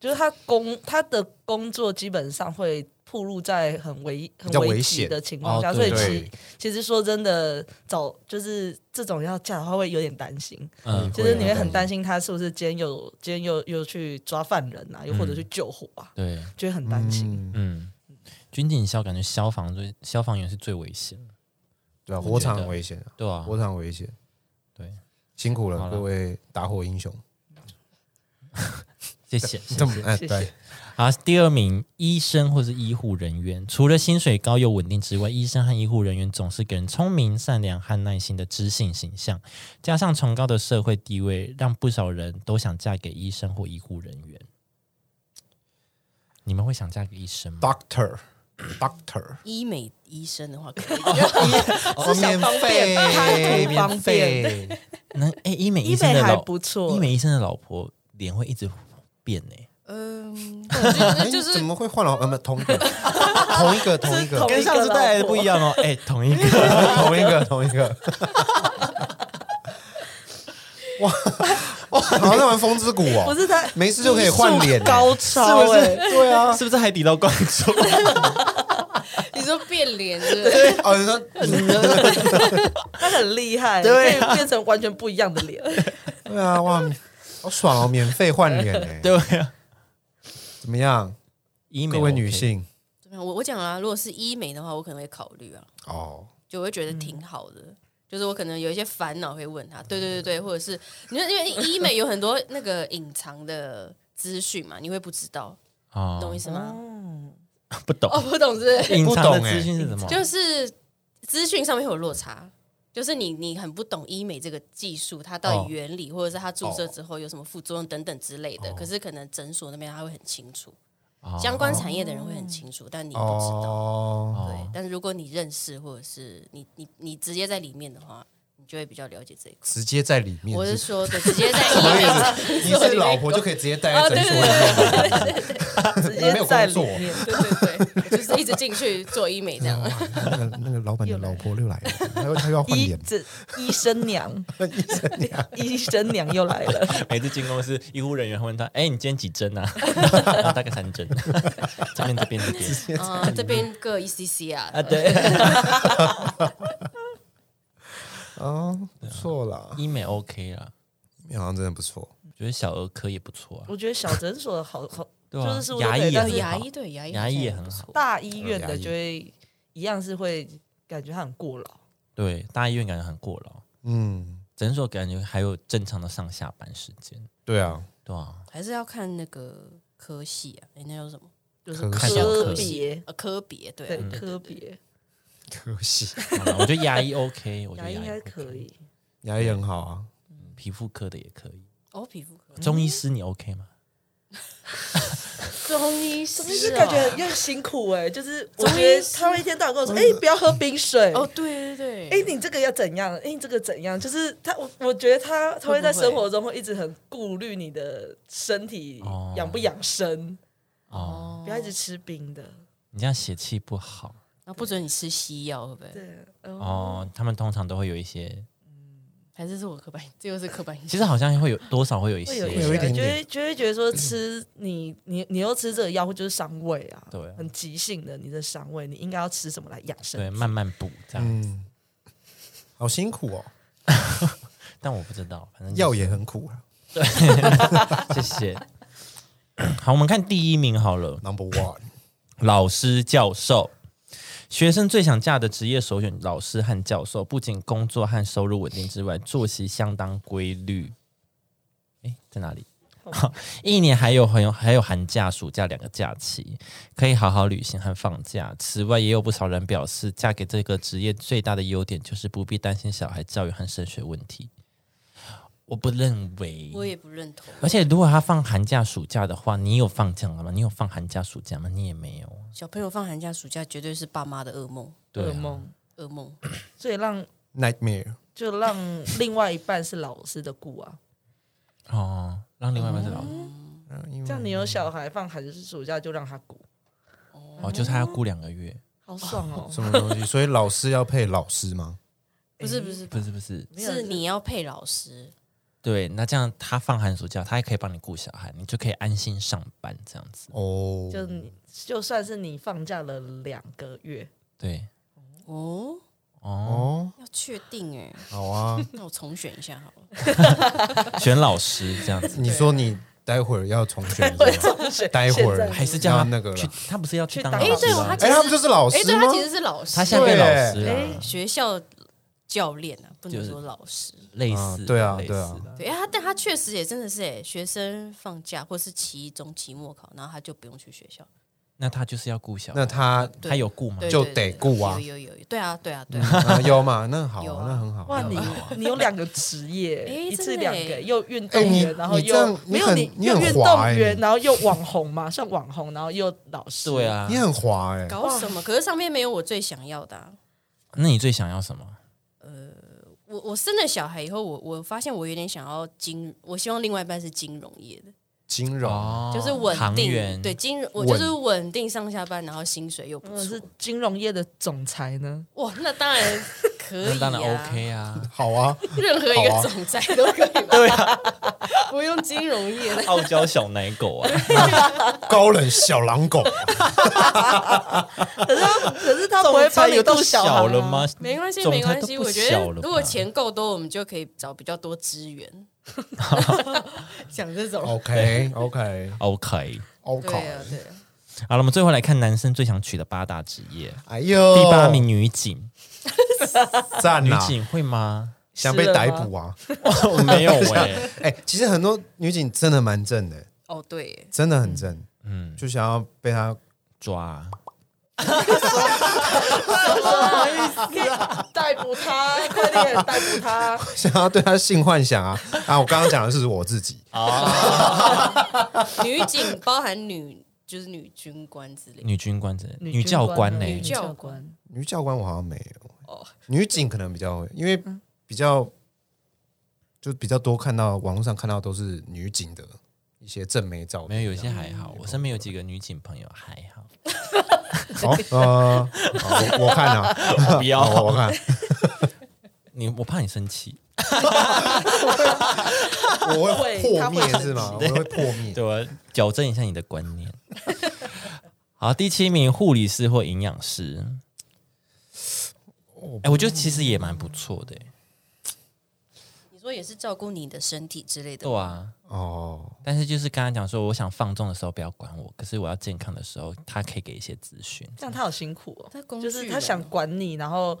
[SPEAKER 3] 就是他工他的工作基本上会暴露在很危很
[SPEAKER 2] 比较危
[SPEAKER 3] 危
[SPEAKER 2] 险
[SPEAKER 3] 急的情况下，
[SPEAKER 1] 哦
[SPEAKER 3] 所
[SPEAKER 1] 对
[SPEAKER 3] 以
[SPEAKER 2] 嗯
[SPEAKER 3] 其其实说真的，早就是这种要嫁的话会有点担心，
[SPEAKER 1] 嗯，
[SPEAKER 3] 就是你
[SPEAKER 2] 会
[SPEAKER 3] 会
[SPEAKER 2] 啊
[SPEAKER 3] 很担心他是不是今天又今天又又去抓犯人啊，又或者去救火啊，
[SPEAKER 1] 对，
[SPEAKER 3] 就会很担心。
[SPEAKER 2] 嗯，
[SPEAKER 1] 嗯，军警校感觉消防最消防员是最危险的，
[SPEAKER 2] 对啊，
[SPEAKER 1] 我觉得
[SPEAKER 2] 火场很危险啊，
[SPEAKER 1] 对啊，
[SPEAKER 2] 火场很危险，
[SPEAKER 1] 对，
[SPEAKER 2] 辛苦
[SPEAKER 1] 好
[SPEAKER 2] 了
[SPEAKER 1] 了
[SPEAKER 2] 各位打火英雄，
[SPEAKER 1] 谢谢。
[SPEAKER 2] 这么哎
[SPEAKER 3] 谢谢
[SPEAKER 2] 对，
[SPEAKER 1] 好，第二名，医生或是医护人员，除了薪水高又稳定之外，医生和医护人员总是给人聪明、善良和耐心的知性形象，加上崇高的社会地位，让不少人都想嫁给医生或医护人员。你们会想嫁给医生吗？
[SPEAKER 2] Doctor Doctor，
[SPEAKER 4] 医美医生的话可以，
[SPEAKER 2] 哦
[SPEAKER 3] 想方便贪图方便，
[SPEAKER 1] 那哎，医美医
[SPEAKER 3] 医
[SPEAKER 1] 生
[SPEAKER 3] 美
[SPEAKER 1] 的
[SPEAKER 3] 还
[SPEAKER 1] 老
[SPEAKER 3] 不错，
[SPEAKER 1] 医美医生的老婆脸会一直变呢、
[SPEAKER 4] 嗯， 就是就
[SPEAKER 2] 哎怎
[SPEAKER 4] 是
[SPEAKER 2] 么会换老呃不同一个同一个同一个
[SPEAKER 3] 同
[SPEAKER 1] 跟上次带来的不一样哦。哎、同一个。
[SPEAKER 2] 同一个同一个，哇哇，好像在玩风之谷
[SPEAKER 3] 不
[SPEAKER 2] 哦，
[SPEAKER 3] 是他
[SPEAKER 2] 没事就可以换脸欸
[SPEAKER 3] 医术高
[SPEAKER 1] 是
[SPEAKER 3] 超
[SPEAKER 1] 不
[SPEAKER 3] 哎、
[SPEAKER 1] 是？对 啊， 是不是海底捞观众？
[SPEAKER 4] 你说变脸是不是？
[SPEAKER 2] 哦，你说
[SPEAKER 3] 他很厉害，
[SPEAKER 1] 对啊
[SPEAKER 3] 可以变成完全不一样的脸。
[SPEAKER 2] 对啊，哇，好爽哦，免费换脸哎，
[SPEAKER 1] 对 啊，
[SPEAKER 2] 怎么样，
[SPEAKER 1] 医美
[SPEAKER 2] 各位
[SPEAKER 1] OK
[SPEAKER 2] 女，性
[SPEAKER 4] 怎么样我我讲啊，如果是医美的话，我可能会考虑啊，
[SPEAKER 2] 哦。
[SPEAKER 4] 就我会觉得挺好的。就是我可能有一些烦恼会问他，对对对对，或者是你说因为医美有很多那个隐藏的资讯嘛，你会不知道，懂我
[SPEAKER 1] 哦
[SPEAKER 4] 意，思吗？
[SPEAKER 1] 不懂
[SPEAKER 4] 哦，不懂是不是
[SPEAKER 1] 隐藏的
[SPEAKER 2] 不懂欸
[SPEAKER 1] 资讯是什么？
[SPEAKER 4] 就是资讯上面会有落差，就是你你很不懂医美这个技术，它到
[SPEAKER 1] 哦
[SPEAKER 4] 底原理，或者是它注射之后有什么副作用等等之类的。可是可能诊所那边他会很清楚，
[SPEAKER 1] 哦
[SPEAKER 4] 相关产业的人会很清楚，但你不知道。
[SPEAKER 2] 哦，
[SPEAKER 4] 对
[SPEAKER 1] 哦，
[SPEAKER 4] 但是如果你认识或者是你你你直接在里面的话，你就会比较了解这一块。
[SPEAKER 2] 直接在里面。
[SPEAKER 4] 我是
[SPEAKER 2] 是
[SPEAKER 4] 说，对，直接在医美上，
[SPEAKER 2] 你是老婆就可以直接带在诊所里
[SPEAKER 3] 哦
[SPEAKER 2] 面，
[SPEAKER 3] 直
[SPEAKER 2] 我没
[SPEAKER 3] 接
[SPEAKER 2] 有
[SPEAKER 3] 在
[SPEAKER 2] 工
[SPEAKER 3] 里
[SPEAKER 2] 作
[SPEAKER 3] 面。
[SPEAKER 4] 对对对，就是一直进去做医美这样。
[SPEAKER 2] 那个那个老板的老婆 又来了，他又他又要换
[SPEAKER 3] 医
[SPEAKER 2] 脸，
[SPEAKER 3] 这医生娘，医生娘又来了，
[SPEAKER 1] 每次进公司，医护人员会问他：“哎，你今天几针啊？” 大概三针，这边这边这边
[SPEAKER 4] 嗯，这边各一 c c 啊，
[SPEAKER 1] 啊，对，
[SPEAKER 2] 哦，不错啦，
[SPEAKER 1] 医美 OK 啦，
[SPEAKER 2] 好像真的不错。
[SPEAKER 1] 我觉得小儿科也不错啊，
[SPEAKER 3] 我觉得小诊所好好，
[SPEAKER 1] 对啊
[SPEAKER 3] 就是是，不是
[SPEAKER 1] 牙医
[SPEAKER 3] 对
[SPEAKER 1] 也
[SPEAKER 3] 但
[SPEAKER 1] 很
[SPEAKER 3] 是
[SPEAKER 4] 牙
[SPEAKER 1] 好
[SPEAKER 4] 医对牙医
[SPEAKER 1] 牙
[SPEAKER 4] 好像
[SPEAKER 1] 医也
[SPEAKER 4] 不
[SPEAKER 1] 很
[SPEAKER 4] 错
[SPEAKER 1] 好，
[SPEAKER 3] 大医院
[SPEAKER 2] 牙
[SPEAKER 3] 的
[SPEAKER 2] 医
[SPEAKER 3] 就会一样是会感觉他很过劳，
[SPEAKER 1] 对大医院感觉很过劳，
[SPEAKER 2] 嗯，
[SPEAKER 1] 诊所感觉还有正常的上下班时间，
[SPEAKER 2] 对啊，
[SPEAKER 1] 对啊，
[SPEAKER 4] 还是要看那个科系啊，诶那叫什么？
[SPEAKER 3] 就是
[SPEAKER 2] 科
[SPEAKER 1] 小科
[SPEAKER 3] 科
[SPEAKER 1] 系
[SPEAKER 3] 别，
[SPEAKER 4] 呃，科别对
[SPEAKER 3] 对
[SPEAKER 4] 啊，
[SPEAKER 3] 科别，
[SPEAKER 2] 可惜
[SPEAKER 1] 好啦我觉得牙医 OK，我觉
[SPEAKER 3] 牙
[SPEAKER 1] 得
[SPEAKER 3] 医应
[SPEAKER 1] 牙
[SPEAKER 3] 该
[SPEAKER 1] 医
[SPEAKER 3] 可以，啊
[SPEAKER 2] 牙医很好啊，
[SPEAKER 1] 皮肤科的也可以，
[SPEAKER 4] 哦，皮肤科
[SPEAKER 1] 中医师你 OK 吗？
[SPEAKER 4] 中医师
[SPEAKER 3] 其实
[SPEAKER 4] 哦
[SPEAKER 3] 感觉 有点辛苦哎、就是我
[SPEAKER 4] 中医
[SPEAKER 3] 觉得
[SPEAKER 4] 师
[SPEAKER 3] 他们一天到晚跟我说，哎、不要喝冰水。
[SPEAKER 4] 哦，对对
[SPEAKER 3] 哎、
[SPEAKER 4] 对，
[SPEAKER 3] 你这个要怎样？哎、你这个怎样？就是他，我我觉得他他会在生活中会一直很顾虑你的身体
[SPEAKER 1] 哦
[SPEAKER 3] 养不养生，
[SPEAKER 1] 哦，
[SPEAKER 3] 不要一直吃冰的。
[SPEAKER 1] 你这样血气不好
[SPEAKER 4] 然后不准你吃西药，会不会？
[SPEAKER 3] 对，哦，
[SPEAKER 1] 哦。他们通常都会有一些，
[SPEAKER 4] 还是是我刻板，这又是刻板印
[SPEAKER 1] 其
[SPEAKER 4] 象。
[SPEAKER 1] 实好像会有多少会有一
[SPEAKER 3] 会有
[SPEAKER 1] 些，
[SPEAKER 2] 会有一点
[SPEAKER 3] 就
[SPEAKER 2] 点
[SPEAKER 3] 会就会觉得说吃你你你又吃这个药，会就是伤胃啊，
[SPEAKER 1] 对啊
[SPEAKER 3] 很急性的，你的伤胃，你应该要吃什么来养生？
[SPEAKER 1] 对，慢慢补这样。
[SPEAKER 2] 嗯，好辛苦哦，
[SPEAKER 1] 但我不知道，反正就
[SPEAKER 2] 药
[SPEAKER 1] 是
[SPEAKER 2] 也很苦啊。
[SPEAKER 1] 谢谢。 好，我们看第一名好了。
[SPEAKER 2] Number one，
[SPEAKER 1] 老师、教授。学生最想嫁的职业首选，老师和教授，不仅工作和收入稳定之外，作息相当规律。诶，在哪里？ 一年还有很有还有寒假、暑假两个假期，可以好好旅行和放假。此外，也有不少人表示，嫁给这个职业最大的优点就是不必担心小孩教育和升学问题。我不认为，
[SPEAKER 4] 我也不认 同。
[SPEAKER 1] 而且如果他放寒假、暑假的话，你有放假了吗？你有放寒假、暑假吗？你也没有啊。
[SPEAKER 4] 小朋友放寒假、暑假绝对是爸妈的噩梦，
[SPEAKER 1] 对啊
[SPEAKER 3] 噩梦，
[SPEAKER 4] 噩梦。
[SPEAKER 3] 所以让
[SPEAKER 2] nightmare，
[SPEAKER 3] 就让另外一半是老师的顾啊。
[SPEAKER 1] 哦，让另外一半知道、
[SPEAKER 3] 哦
[SPEAKER 2] 嗯因为
[SPEAKER 3] 这样你有小孩放寒暑假就让他顾，
[SPEAKER 1] 哦，就是他要顾两个月，
[SPEAKER 3] 好爽 哦！
[SPEAKER 2] 什么东西？所以老师要配老师吗？
[SPEAKER 4] 不是不是，
[SPEAKER 1] 不是不是，
[SPEAKER 3] 没有
[SPEAKER 4] 是你要配老师，
[SPEAKER 1] 对，那这样他放寒暑假，他也可以帮你顾小孩，你就可以安心上班这样子。
[SPEAKER 2] 哦，
[SPEAKER 3] 就你就算是你放假了两个 月，
[SPEAKER 1] 对，
[SPEAKER 4] 哦，
[SPEAKER 1] 哦，
[SPEAKER 2] 哦，
[SPEAKER 4] 要确定哎。
[SPEAKER 2] 好啊。
[SPEAKER 4] 那我重选一下好了。
[SPEAKER 1] 选老师这样 子，
[SPEAKER 2] 你说你待会儿要重 选一下，待会
[SPEAKER 3] 现
[SPEAKER 2] 儿
[SPEAKER 3] 在
[SPEAKER 1] 还是叫他
[SPEAKER 2] 要那个
[SPEAKER 1] 去
[SPEAKER 2] 了？？
[SPEAKER 1] 他不是要去
[SPEAKER 3] 去
[SPEAKER 1] 当
[SPEAKER 3] 当
[SPEAKER 1] 老
[SPEAKER 3] 老
[SPEAKER 1] 师
[SPEAKER 3] 师
[SPEAKER 1] 吗
[SPEAKER 4] 啊？
[SPEAKER 2] 哎，他不就是老师
[SPEAKER 4] 哎，对
[SPEAKER 2] 吗
[SPEAKER 4] 他其？实是老师，
[SPEAKER 1] 他现在变老师啊
[SPEAKER 2] 对
[SPEAKER 1] 了，
[SPEAKER 4] 学校教练啊，不
[SPEAKER 1] 就
[SPEAKER 4] 能
[SPEAKER 1] 是
[SPEAKER 4] 说老师。
[SPEAKER 1] 类
[SPEAKER 2] 啊
[SPEAKER 1] 似，
[SPEAKER 2] 对啊
[SPEAKER 1] 类似
[SPEAKER 2] 对啊
[SPEAKER 1] 的
[SPEAKER 4] 对，哎他但他确实也真的是哎，学生放假或是期中、期末考，然后他就不用去学校，
[SPEAKER 1] 那他就是要顾小
[SPEAKER 2] 那
[SPEAKER 1] 孩，
[SPEAKER 2] 他
[SPEAKER 1] 他有顾吗？
[SPEAKER 4] 对
[SPEAKER 2] 就
[SPEAKER 4] 对对
[SPEAKER 2] 得顾啊
[SPEAKER 4] 有有有，对啊对啊对啊，
[SPEAKER 2] 啊有 嘛？那好
[SPEAKER 4] 有
[SPEAKER 2] 啊，
[SPEAKER 4] 啊
[SPEAKER 2] 那很好。
[SPEAKER 3] 哇，你你有两个 职业，
[SPEAKER 4] 哎
[SPEAKER 3] 一次
[SPEAKER 4] 真的
[SPEAKER 3] 两
[SPEAKER 4] 哎
[SPEAKER 3] 个，又运动
[SPEAKER 2] 哎你
[SPEAKER 3] 员，然后
[SPEAKER 2] 你这样
[SPEAKER 3] 又
[SPEAKER 2] 你
[SPEAKER 3] 没有
[SPEAKER 2] 很
[SPEAKER 3] 你
[SPEAKER 2] 你
[SPEAKER 3] 又
[SPEAKER 2] 很
[SPEAKER 3] 运
[SPEAKER 2] 滑
[SPEAKER 3] 动
[SPEAKER 2] 哎
[SPEAKER 3] 员，然后又网红嘛， 算网红，然后又老师，
[SPEAKER 1] 对，啊
[SPEAKER 2] 你，很滑哎，
[SPEAKER 4] 搞什么？可是上面没有我最想要的啊。
[SPEAKER 1] 那你最想要什么？
[SPEAKER 4] 我我生了小孩以后，我我发现我有点想要金，我希望另外一半是金融业的，
[SPEAKER 2] 金融
[SPEAKER 1] 哦
[SPEAKER 4] 就是稳
[SPEAKER 1] 行
[SPEAKER 4] 定，
[SPEAKER 1] 员
[SPEAKER 4] 对金融，我
[SPEAKER 2] 稳
[SPEAKER 4] 就是稳定上下班，然后薪水又不
[SPEAKER 3] 如果
[SPEAKER 4] 错
[SPEAKER 3] 是。金融业的总裁呢，
[SPEAKER 4] 哇，那当然可以、啊，
[SPEAKER 1] 那当然 OK 啊，
[SPEAKER 2] 好啊，
[SPEAKER 4] 任何一
[SPEAKER 2] 好
[SPEAKER 4] 个
[SPEAKER 2] 啊
[SPEAKER 4] 总裁都可以吧？对啊， 不用金融业 的。
[SPEAKER 1] 傲娇小奶狗 啊，
[SPEAKER 2] 高冷小狼 狗，
[SPEAKER 3] 可是他不会帮你
[SPEAKER 1] 有到
[SPEAKER 3] 顾小
[SPEAKER 1] 小
[SPEAKER 3] 孩
[SPEAKER 1] 了
[SPEAKER 3] 啊
[SPEAKER 1] 吗？？
[SPEAKER 4] 没关系，
[SPEAKER 1] 总
[SPEAKER 4] 没
[SPEAKER 1] 裁
[SPEAKER 4] 关
[SPEAKER 1] 都
[SPEAKER 4] 系。
[SPEAKER 1] 不
[SPEAKER 4] 我觉
[SPEAKER 1] 小
[SPEAKER 4] 得
[SPEAKER 1] 了
[SPEAKER 4] 如果
[SPEAKER 1] 吧
[SPEAKER 4] 钱够多，我们就可以找比较多资 源。讲这种，
[SPEAKER 2] OK OK
[SPEAKER 1] OK。
[SPEAKER 4] 对
[SPEAKER 2] OK，
[SPEAKER 4] 啊，对啊，
[SPEAKER 1] 好了，我们最后来看男生最想娶的八大职业。
[SPEAKER 2] 哎呦，
[SPEAKER 1] 第八名女警，
[SPEAKER 2] 赞
[SPEAKER 1] 女
[SPEAKER 2] 啊，
[SPEAKER 1] 警会吗？
[SPEAKER 2] 想被逮捕啊？
[SPEAKER 1] 我没有哎、
[SPEAKER 2] 哎，其实很多女警真的蛮正的，
[SPEAKER 4] 哦对耶，
[SPEAKER 2] 真的很正，
[SPEAKER 1] 嗯，
[SPEAKER 2] 就想要被她
[SPEAKER 1] 抓啊，
[SPEAKER 3] 逮捕他，快点逮捕他！
[SPEAKER 2] 想要对她性幻想啊啊！我刚刚讲的是我自己，
[SPEAKER 4] 女警包含女就是女军官之类的。
[SPEAKER 1] 女军官之类，女教官呢、
[SPEAKER 3] 女
[SPEAKER 4] 女
[SPEAKER 3] 教
[SPEAKER 4] 教
[SPEAKER 3] 官啊
[SPEAKER 4] 官，
[SPEAKER 2] 女教官我好像没有，
[SPEAKER 4] 哦，
[SPEAKER 2] 女警可能比较会，因为比较就比较多看到网络上看到都是女警的一些正美照
[SPEAKER 1] 没
[SPEAKER 2] 片，
[SPEAKER 1] 有，有些还好，我身边有几个女警朋友还好。
[SPEAKER 2] 好、 呃，好我我看啊，
[SPEAKER 1] 我 不要
[SPEAKER 2] 好我看，
[SPEAKER 1] 你，我怕你生气。
[SPEAKER 2] 我
[SPEAKER 3] 会
[SPEAKER 2] 会破
[SPEAKER 3] 他会
[SPEAKER 2] 灭
[SPEAKER 3] 生
[SPEAKER 2] 是吗？我
[SPEAKER 1] 气
[SPEAKER 2] 会破灭。
[SPEAKER 1] 对啊我矫正一下你的观念。 好，第七名护理师或营养师。哎、我觉得其实也蛮不错的、欸，
[SPEAKER 4] 你说也是照顾你的身体之类的
[SPEAKER 1] 对。啊。
[SPEAKER 2] 哦，
[SPEAKER 1] 但是就是刚刚讲说，我想放纵的时候不要管我，可是我要健康的时候，他可以给一些资讯。
[SPEAKER 3] 这样他好辛苦哦。
[SPEAKER 4] 他工具
[SPEAKER 3] 就是他
[SPEAKER 4] 人
[SPEAKER 3] 想
[SPEAKER 4] 哦
[SPEAKER 3] 管你，然后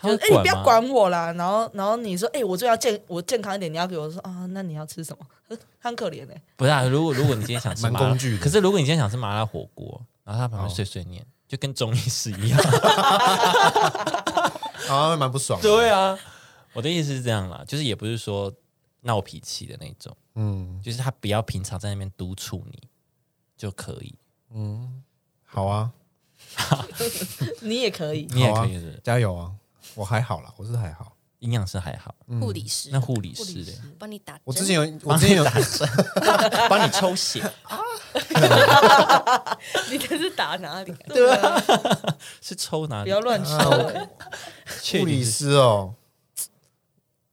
[SPEAKER 1] 他
[SPEAKER 3] 就
[SPEAKER 1] 会
[SPEAKER 3] 哎、你不
[SPEAKER 1] 吗
[SPEAKER 3] 要管我啦。然后，然后你说，哎、我就要健，我健康一点。你要给我说啊，那你要吃什么？ 他很可怜哎、
[SPEAKER 1] 不是啊，如果如果你今天想吃
[SPEAKER 2] 蛮
[SPEAKER 1] 麻辣
[SPEAKER 2] 工具的
[SPEAKER 1] 可是如果你今天想吃麻辣火锅，然后他旁边
[SPEAKER 2] 哦
[SPEAKER 1] 碎碎念，就跟中医师一 样。
[SPEAKER 2] 好像蛮不爽。，
[SPEAKER 1] 啊，我的意思是这样啦，就是也不是说闹脾气的那种，
[SPEAKER 2] 嗯，
[SPEAKER 1] 就是他不要平常在那边督促你，就可以，
[SPEAKER 2] 好啊，
[SPEAKER 3] 你也可 以。
[SPEAKER 1] 你也
[SPEAKER 2] 好啊
[SPEAKER 1] 可以的。
[SPEAKER 2] 加油啊！我还好啦，我是还好。
[SPEAKER 1] 营养师还好，
[SPEAKER 4] 护理师
[SPEAKER 1] 嗯那护理
[SPEAKER 3] 护
[SPEAKER 1] 师
[SPEAKER 3] 理
[SPEAKER 1] 的
[SPEAKER 3] 师
[SPEAKER 4] 帮你打针。
[SPEAKER 2] 我之前有，我 之前有，
[SPEAKER 1] 帮你抽血，
[SPEAKER 4] 你这是打哪里、啊？
[SPEAKER 3] 对啊，
[SPEAKER 1] 是抽哪
[SPEAKER 3] 不
[SPEAKER 1] 里
[SPEAKER 3] 要？乱
[SPEAKER 2] 啊
[SPEAKER 3] 说。
[SPEAKER 2] 我
[SPEAKER 1] 确
[SPEAKER 2] 护
[SPEAKER 1] 定
[SPEAKER 2] 理
[SPEAKER 1] 是
[SPEAKER 2] 师哦，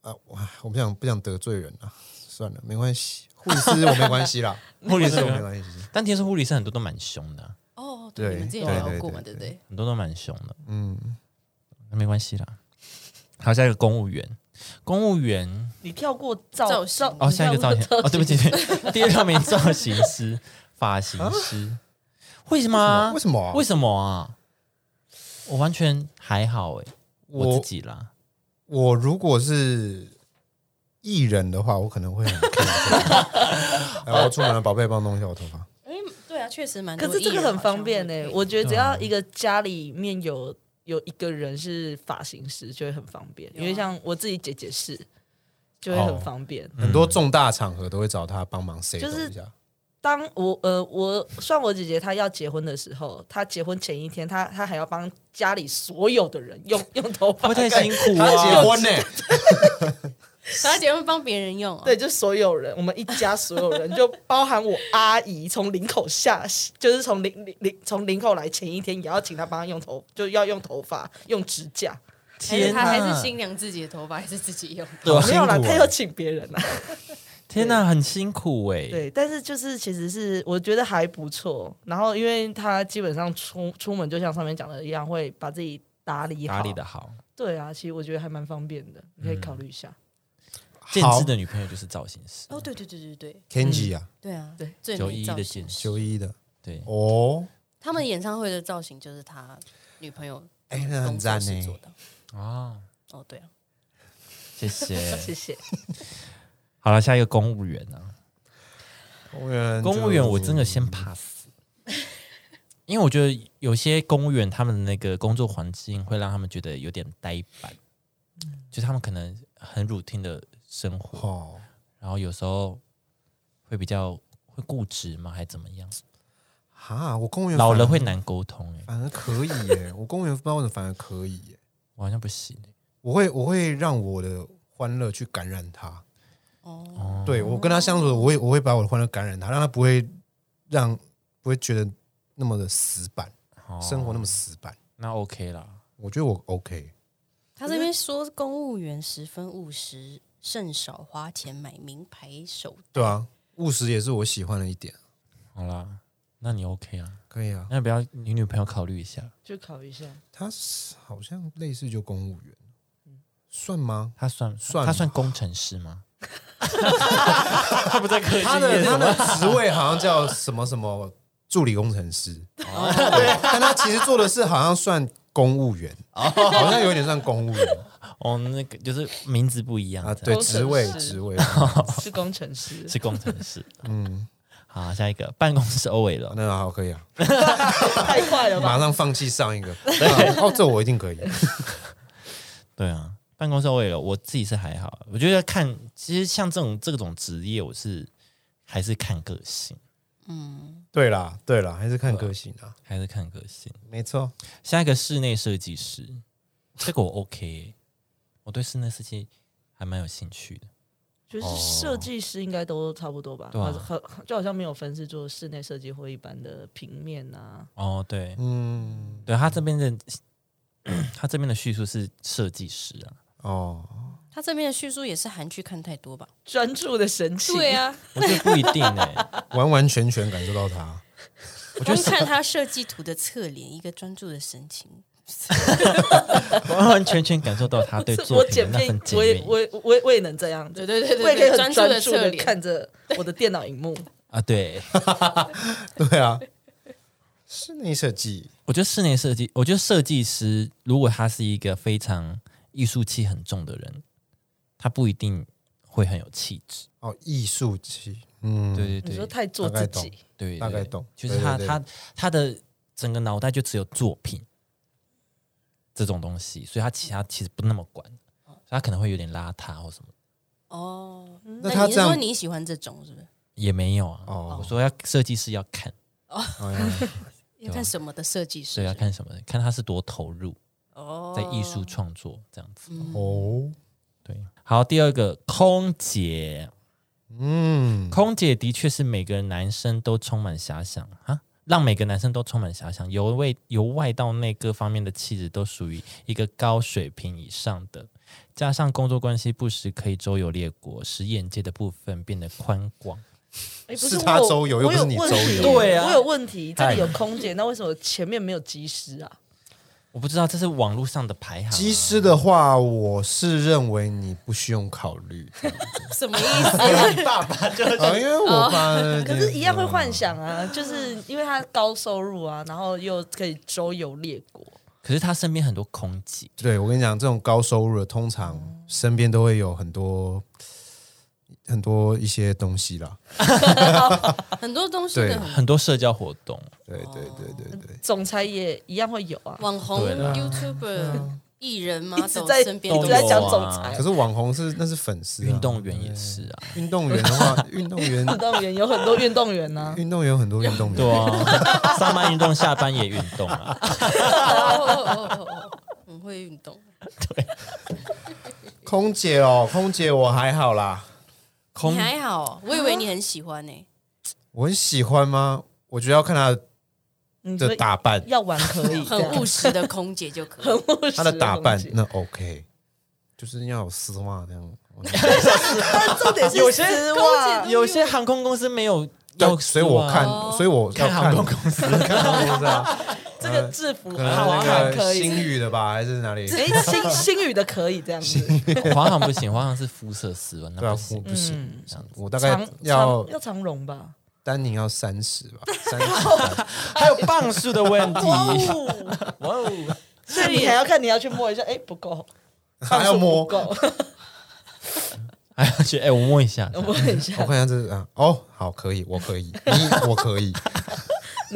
[SPEAKER 2] 啊，我我不想不想得罪人啊，算了，没关系，护理师我没关系 啦，
[SPEAKER 1] 护理师
[SPEAKER 2] 我没关系，
[SPEAKER 1] 但听说护理师很多都蛮凶的啊、
[SPEAKER 4] 哦，对，
[SPEAKER 2] 对
[SPEAKER 4] 你们之前有
[SPEAKER 2] 对
[SPEAKER 4] 聊
[SPEAKER 2] 对
[SPEAKER 4] 过嘛，
[SPEAKER 2] 对
[SPEAKER 4] 对不对？
[SPEAKER 1] 很多都蛮凶的，
[SPEAKER 2] 嗯，
[SPEAKER 1] 那没关系啦。好，下一个公务员，公务员
[SPEAKER 3] 你跳过造
[SPEAKER 4] 造型
[SPEAKER 1] 哦，下一个造型哦，对不起，对不起 第六名造型师、发型师，为什么？
[SPEAKER 2] 为什么啊？
[SPEAKER 1] 为什么啊？我完全还好哎、我
[SPEAKER 2] 我
[SPEAKER 1] 自己啦，
[SPEAKER 2] 我如果是艺人的话，我可能会很 care 哎，我出门了，宝贝，帮我弄一下我头发。
[SPEAKER 4] 因为对啊，确实蛮多
[SPEAKER 3] 可
[SPEAKER 4] 艺人好像会。
[SPEAKER 3] 是这个很方便呢、欸我觉得只
[SPEAKER 1] 对啊
[SPEAKER 3] 要一个家里面有有一个人是发型师，就会很方便。
[SPEAKER 4] 有啊
[SPEAKER 3] 因为像我自己姐姐是，
[SPEAKER 1] 哦
[SPEAKER 3] 就会很方便。
[SPEAKER 1] 嗯
[SPEAKER 2] 很多重大场合都会找他帮忙 say
[SPEAKER 3] 就是
[SPEAKER 2] 一下，
[SPEAKER 3] 当我呃，我算我姐姐她要结婚的时候，她结婚前一天，她她还要帮家里所有的人用用头
[SPEAKER 1] 会
[SPEAKER 3] 发
[SPEAKER 1] 不会太辛苦
[SPEAKER 2] 他结
[SPEAKER 1] 啊？
[SPEAKER 2] 婚呢，
[SPEAKER 4] 他结婚帮别人用、哦，
[SPEAKER 3] 对，就所有人，我们一家所有人，就包含我阿姨，从林口下，就是从林林林从林口来前一天，也要请她帮她用头，就要用头发、用指甲，
[SPEAKER 4] 还是
[SPEAKER 1] 天啊
[SPEAKER 4] 他还是
[SPEAKER 1] 哪，
[SPEAKER 4] 新娘自己的头发还是自己用？
[SPEAKER 2] 对啊
[SPEAKER 3] 哦没有啦，
[SPEAKER 2] 辛苦啊
[SPEAKER 3] 她要请别人啦。
[SPEAKER 1] 欸天哪，很辛苦哎、
[SPEAKER 3] 对，但是就是其实是我觉得还不错。然后因为她基本上出出门就像上面讲的一样，会把自己打理好。
[SPEAKER 1] 打理的好。
[SPEAKER 3] 对啊，其实我觉得还蛮方便的，你可以考虑一下。
[SPEAKER 1] 建
[SPEAKER 2] 好
[SPEAKER 1] 志的嗯女朋友就是造型师，
[SPEAKER 4] 哦，对对对对对
[SPEAKER 2] Kenji 啊，
[SPEAKER 4] 对啊，
[SPEAKER 3] 对
[SPEAKER 4] 最
[SPEAKER 1] 九一
[SPEAKER 4] 美
[SPEAKER 1] 一
[SPEAKER 4] 造
[SPEAKER 1] 的
[SPEAKER 4] 型
[SPEAKER 1] 建。师，
[SPEAKER 2] 九一的
[SPEAKER 1] 对，
[SPEAKER 2] 哦，
[SPEAKER 4] 他们演唱会的造型就是他女朋友
[SPEAKER 2] 哎，那很赞
[SPEAKER 4] 工作室做
[SPEAKER 2] 呢。
[SPEAKER 4] 的。
[SPEAKER 1] 哦，
[SPEAKER 4] 哦，对啊，
[SPEAKER 1] 谢谢。
[SPEAKER 3] 谢谢。
[SPEAKER 1] 好了，下一个公务员啊，
[SPEAKER 2] 公务员就，
[SPEAKER 1] 公务员我真的先 pass，因为我觉得有些公务员他们的那个工作环境会让他们觉得有点呆板，就他们可能很 routine 的生活，
[SPEAKER 2] 哦，
[SPEAKER 1] 然后有时候会比较会固执吗，还怎么样？
[SPEAKER 2] 哈，我公务员
[SPEAKER 1] 老人
[SPEAKER 2] 反而
[SPEAKER 1] 会难沟通、欸，
[SPEAKER 2] 反而可以耶，我公务员不知道为什么反而可以耶，
[SPEAKER 1] 我好像不行、欸
[SPEAKER 2] 我会我会让我的欢乐去感染他，
[SPEAKER 4] 哦，
[SPEAKER 2] 对我跟他相处，我会我会把我的欢乐感染他，让他不会让不会觉得那么的死板，
[SPEAKER 1] 哦
[SPEAKER 2] 生活那么死板。
[SPEAKER 1] 那 OK 啦，
[SPEAKER 2] 我觉得我 OK，
[SPEAKER 4] 他这边说公务员十分务实，甚少花钱买名牌手
[SPEAKER 2] 对啊，务实也是我喜欢的一点，啊
[SPEAKER 1] 好啦，那你 OK 啊？
[SPEAKER 2] 可以啊。
[SPEAKER 1] 那不要你女朋友考虑一下，
[SPEAKER 3] 就考虑一下，
[SPEAKER 2] 他是好像类似就公务员，算吗？
[SPEAKER 1] 她算
[SPEAKER 2] 算
[SPEAKER 1] 她算工程师 吗？她不在科技
[SPEAKER 2] 他
[SPEAKER 1] 业
[SPEAKER 2] 的
[SPEAKER 1] 是
[SPEAKER 2] 他
[SPEAKER 1] 吗
[SPEAKER 2] 的职位好像叫什么什么助理工程师，
[SPEAKER 3] 哦
[SPEAKER 2] 对，但他其实做的是好像算公务员，
[SPEAKER 3] 哦
[SPEAKER 2] 好像有点算公务员
[SPEAKER 1] 哦，那个就是名字不一样
[SPEAKER 2] 啊，
[SPEAKER 1] 这样
[SPEAKER 2] 对，职位
[SPEAKER 3] 工程师
[SPEAKER 2] 职位，啊
[SPEAKER 3] 是工程师。
[SPEAKER 1] 是工程师。
[SPEAKER 2] 嗯，
[SPEAKER 1] 好，下一个办公室 OL，
[SPEAKER 2] 那好可以啊。
[SPEAKER 3] 太快了
[SPEAKER 2] 马
[SPEAKER 3] 吧！
[SPEAKER 2] 上放弃上一 个。啊哦，这我一定可以。
[SPEAKER 1] 对啊，办公室 OL，我自己是还好，我觉得看，其实像这种这种职业，我是还是看个性，
[SPEAKER 2] 对啦，对啦，还是看个性啊。
[SPEAKER 1] 还是看个性。
[SPEAKER 2] 没错，
[SPEAKER 1] 下一个室内设计师，这个我 OK，欸 我对室内设计还蛮有兴趣的。
[SPEAKER 3] 就是
[SPEAKER 2] 哦
[SPEAKER 3] 设计师应该都差不多吧，
[SPEAKER 1] 对啊
[SPEAKER 3] 很就好像没有分是做室内设计或一般的平面啊。
[SPEAKER 1] 哦，对，
[SPEAKER 2] 嗯，
[SPEAKER 1] 对他这边的他这边的叙述是设计师啊，
[SPEAKER 2] 哦，
[SPEAKER 4] 他这边的叙述也是韩剧看太多吧？
[SPEAKER 3] 专注的神情，
[SPEAKER 4] 对，啊，
[SPEAKER 1] 我觉得不一定哎、
[SPEAKER 2] 完完全全感受到他。
[SPEAKER 4] 我光看他设计图的侧脸，一个专注的神情。
[SPEAKER 1] 完完全全感受到他 对作
[SPEAKER 3] 我
[SPEAKER 1] 品
[SPEAKER 3] 剪
[SPEAKER 1] 的那份
[SPEAKER 3] 片，
[SPEAKER 1] 检
[SPEAKER 3] 我也
[SPEAKER 1] 阅
[SPEAKER 3] 我也我也我也能这样，
[SPEAKER 4] 对对对
[SPEAKER 3] 我也可以
[SPEAKER 4] 对，
[SPEAKER 3] 很专
[SPEAKER 4] 的
[SPEAKER 3] 注
[SPEAKER 4] 侧
[SPEAKER 3] 的
[SPEAKER 4] 脸。
[SPEAKER 3] 看着我的电脑荧 幕。
[SPEAKER 1] 啊，对。
[SPEAKER 2] 对啊，室内设计
[SPEAKER 1] 我觉得室内设计，我觉得设计师如果他是一个非常艺术气很重的人，他不一定会很有气质。
[SPEAKER 2] 哦，艺术系，嗯，
[SPEAKER 1] 对对
[SPEAKER 3] 你说
[SPEAKER 1] 对，
[SPEAKER 3] 太做自己，
[SPEAKER 1] 对，
[SPEAKER 2] 大概
[SPEAKER 1] 对
[SPEAKER 2] 懂
[SPEAKER 1] 就是他
[SPEAKER 2] 对对对
[SPEAKER 1] 他他的整个脑袋就只有作品这种东西，所以他其他其实不那么管，所以他可能会有点邋遢或什么，
[SPEAKER 4] 哦，
[SPEAKER 2] 那
[SPEAKER 4] 那
[SPEAKER 2] 他
[SPEAKER 4] 你
[SPEAKER 2] 这
[SPEAKER 4] 是说
[SPEAKER 2] 样
[SPEAKER 4] 你喜欢这种是不是？
[SPEAKER 1] 也没有啊。
[SPEAKER 2] 哦
[SPEAKER 1] 我说要设计师要看，
[SPEAKER 4] 要看什么的设计师
[SPEAKER 1] 所以要看什么？看他是多投入
[SPEAKER 4] 哦嗯
[SPEAKER 1] 在艺术创作这样子。
[SPEAKER 2] 哦，
[SPEAKER 1] 对，好，第二个空姐，
[SPEAKER 2] 嗯，
[SPEAKER 1] 空姐的确是每个男生都充满遐想啊，让每个男生都充满遐想，由外由外到内各方面的气质都属于一个高水平以上的。加上工作关系，不时可以周游列国，使眼界的部分变得宽广。
[SPEAKER 3] 哎，不
[SPEAKER 2] 是
[SPEAKER 3] 我
[SPEAKER 2] 他周游又不
[SPEAKER 3] 我
[SPEAKER 2] 是
[SPEAKER 3] 有
[SPEAKER 2] 你
[SPEAKER 3] 问
[SPEAKER 2] 周
[SPEAKER 3] 题
[SPEAKER 2] 游
[SPEAKER 1] 对啊
[SPEAKER 3] 我有问题，这里有空姐，那为什么前面没有及时啊？
[SPEAKER 1] 我不知道这是网络上的排行、啊，
[SPEAKER 2] 机师的话，我是认为你不需用考 虑，
[SPEAKER 4] 什么意思？
[SPEAKER 2] 啊，因为我爸
[SPEAKER 3] 哦可是，一样
[SPEAKER 2] 嗯
[SPEAKER 3] 会幻想啊，就是因为他高收入啊，然后又可以周游列国。
[SPEAKER 1] 可是他身边很多空姐，
[SPEAKER 2] 对我跟你讲，这种高收入的，通常身边都会有很多很多一些东西啦。
[SPEAKER 4] 很多东西的
[SPEAKER 2] 对
[SPEAKER 4] 很
[SPEAKER 1] 很多社交活动。
[SPEAKER 2] 对对
[SPEAKER 3] 哦
[SPEAKER 2] 对对对，
[SPEAKER 3] 总裁也一样会有啊，
[SPEAKER 4] 网红
[SPEAKER 1] 对啦
[SPEAKER 4] YouTuber 艺人嘛，
[SPEAKER 3] 一直在
[SPEAKER 4] 啊身边
[SPEAKER 3] 一
[SPEAKER 4] 都
[SPEAKER 3] 直
[SPEAKER 1] 都
[SPEAKER 4] 有
[SPEAKER 3] 在
[SPEAKER 1] 有
[SPEAKER 3] 讲
[SPEAKER 1] 啊
[SPEAKER 3] 总裁
[SPEAKER 2] 可，是网红是那是粉丝啊、
[SPEAKER 1] 运动员也是啊，
[SPEAKER 2] 运动员的 话，运动员
[SPEAKER 3] 运动员有很多运动 员呢、
[SPEAKER 2] 运动员有很多运动员，
[SPEAKER 1] 对啊， 上班运动，下班也运动啊。
[SPEAKER 4] 很会运动，
[SPEAKER 2] 空姐哦，空姐我还好啦，
[SPEAKER 1] 空
[SPEAKER 4] 你还好，我以为你很喜欢呢。
[SPEAKER 2] 我很喜欢吗？我觉得要看她
[SPEAKER 3] 你觉
[SPEAKER 2] 的
[SPEAKER 3] 得
[SPEAKER 2] 打扮，
[SPEAKER 3] 要玩可以，这
[SPEAKER 4] 很
[SPEAKER 3] 样
[SPEAKER 4] 务实的空姐就可以，
[SPEAKER 3] 很务实。
[SPEAKER 2] 她的打扮
[SPEAKER 3] 空姐
[SPEAKER 2] 那 OK，就是要有丝袜这样。
[SPEAKER 3] 但重点是
[SPEAKER 1] 有些
[SPEAKER 3] 丝袜，
[SPEAKER 1] 有些航空公司没有要素
[SPEAKER 2] 对，
[SPEAKER 1] 啊，
[SPEAKER 2] 所以我看，
[SPEAKER 3] 哦
[SPEAKER 2] 所以我要
[SPEAKER 1] 看航空公司，
[SPEAKER 2] 看航空公司 啊，
[SPEAKER 3] 这个制服
[SPEAKER 2] 可能
[SPEAKER 3] 好
[SPEAKER 2] 是那
[SPEAKER 3] 看
[SPEAKER 2] 个
[SPEAKER 3] 可
[SPEAKER 2] 新
[SPEAKER 3] 以，
[SPEAKER 2] 宇的吧，还是哪里？
[SPEAKER 3] 哎，新新宇的可以这样子，
[SPEAKER 1] 华航不行，华航是肤色丝袜，
[SPEAKER 2] 对
[SPEAKER 1] 那不，
[SPEAKER 2] 啊我
[SPEAKER 1] 行。
[SPEAKER 2] 不行，
[SPEAKER 3] 嗯，
[SPEAKER 2] 我大概
[SPEAKER 3] 长
[SPEAKER 2] 要
[SPEAKER 3] 长要长绒吧。
[SPEAKER 2] 丹宁要三十 吧，三十。
[SPEAKER 1] 还有磅数的问题，
[SPEAKER 3] 哦，
[SPEAKER 1] 哇哦，
[SPEAKER 3] 所以你还要看，你要去摸一下，哎，不够，
[SPEAKER 2] 还要摸
[SPEAKER 3] 不够，
[SPEAKER 1] 还要去哎，我摸一下，
[SPEAKER 3] 我摸 一下
[SPEAKER 2] 我。看一下这个啊，哦，好，可以，我可以，你我 可以，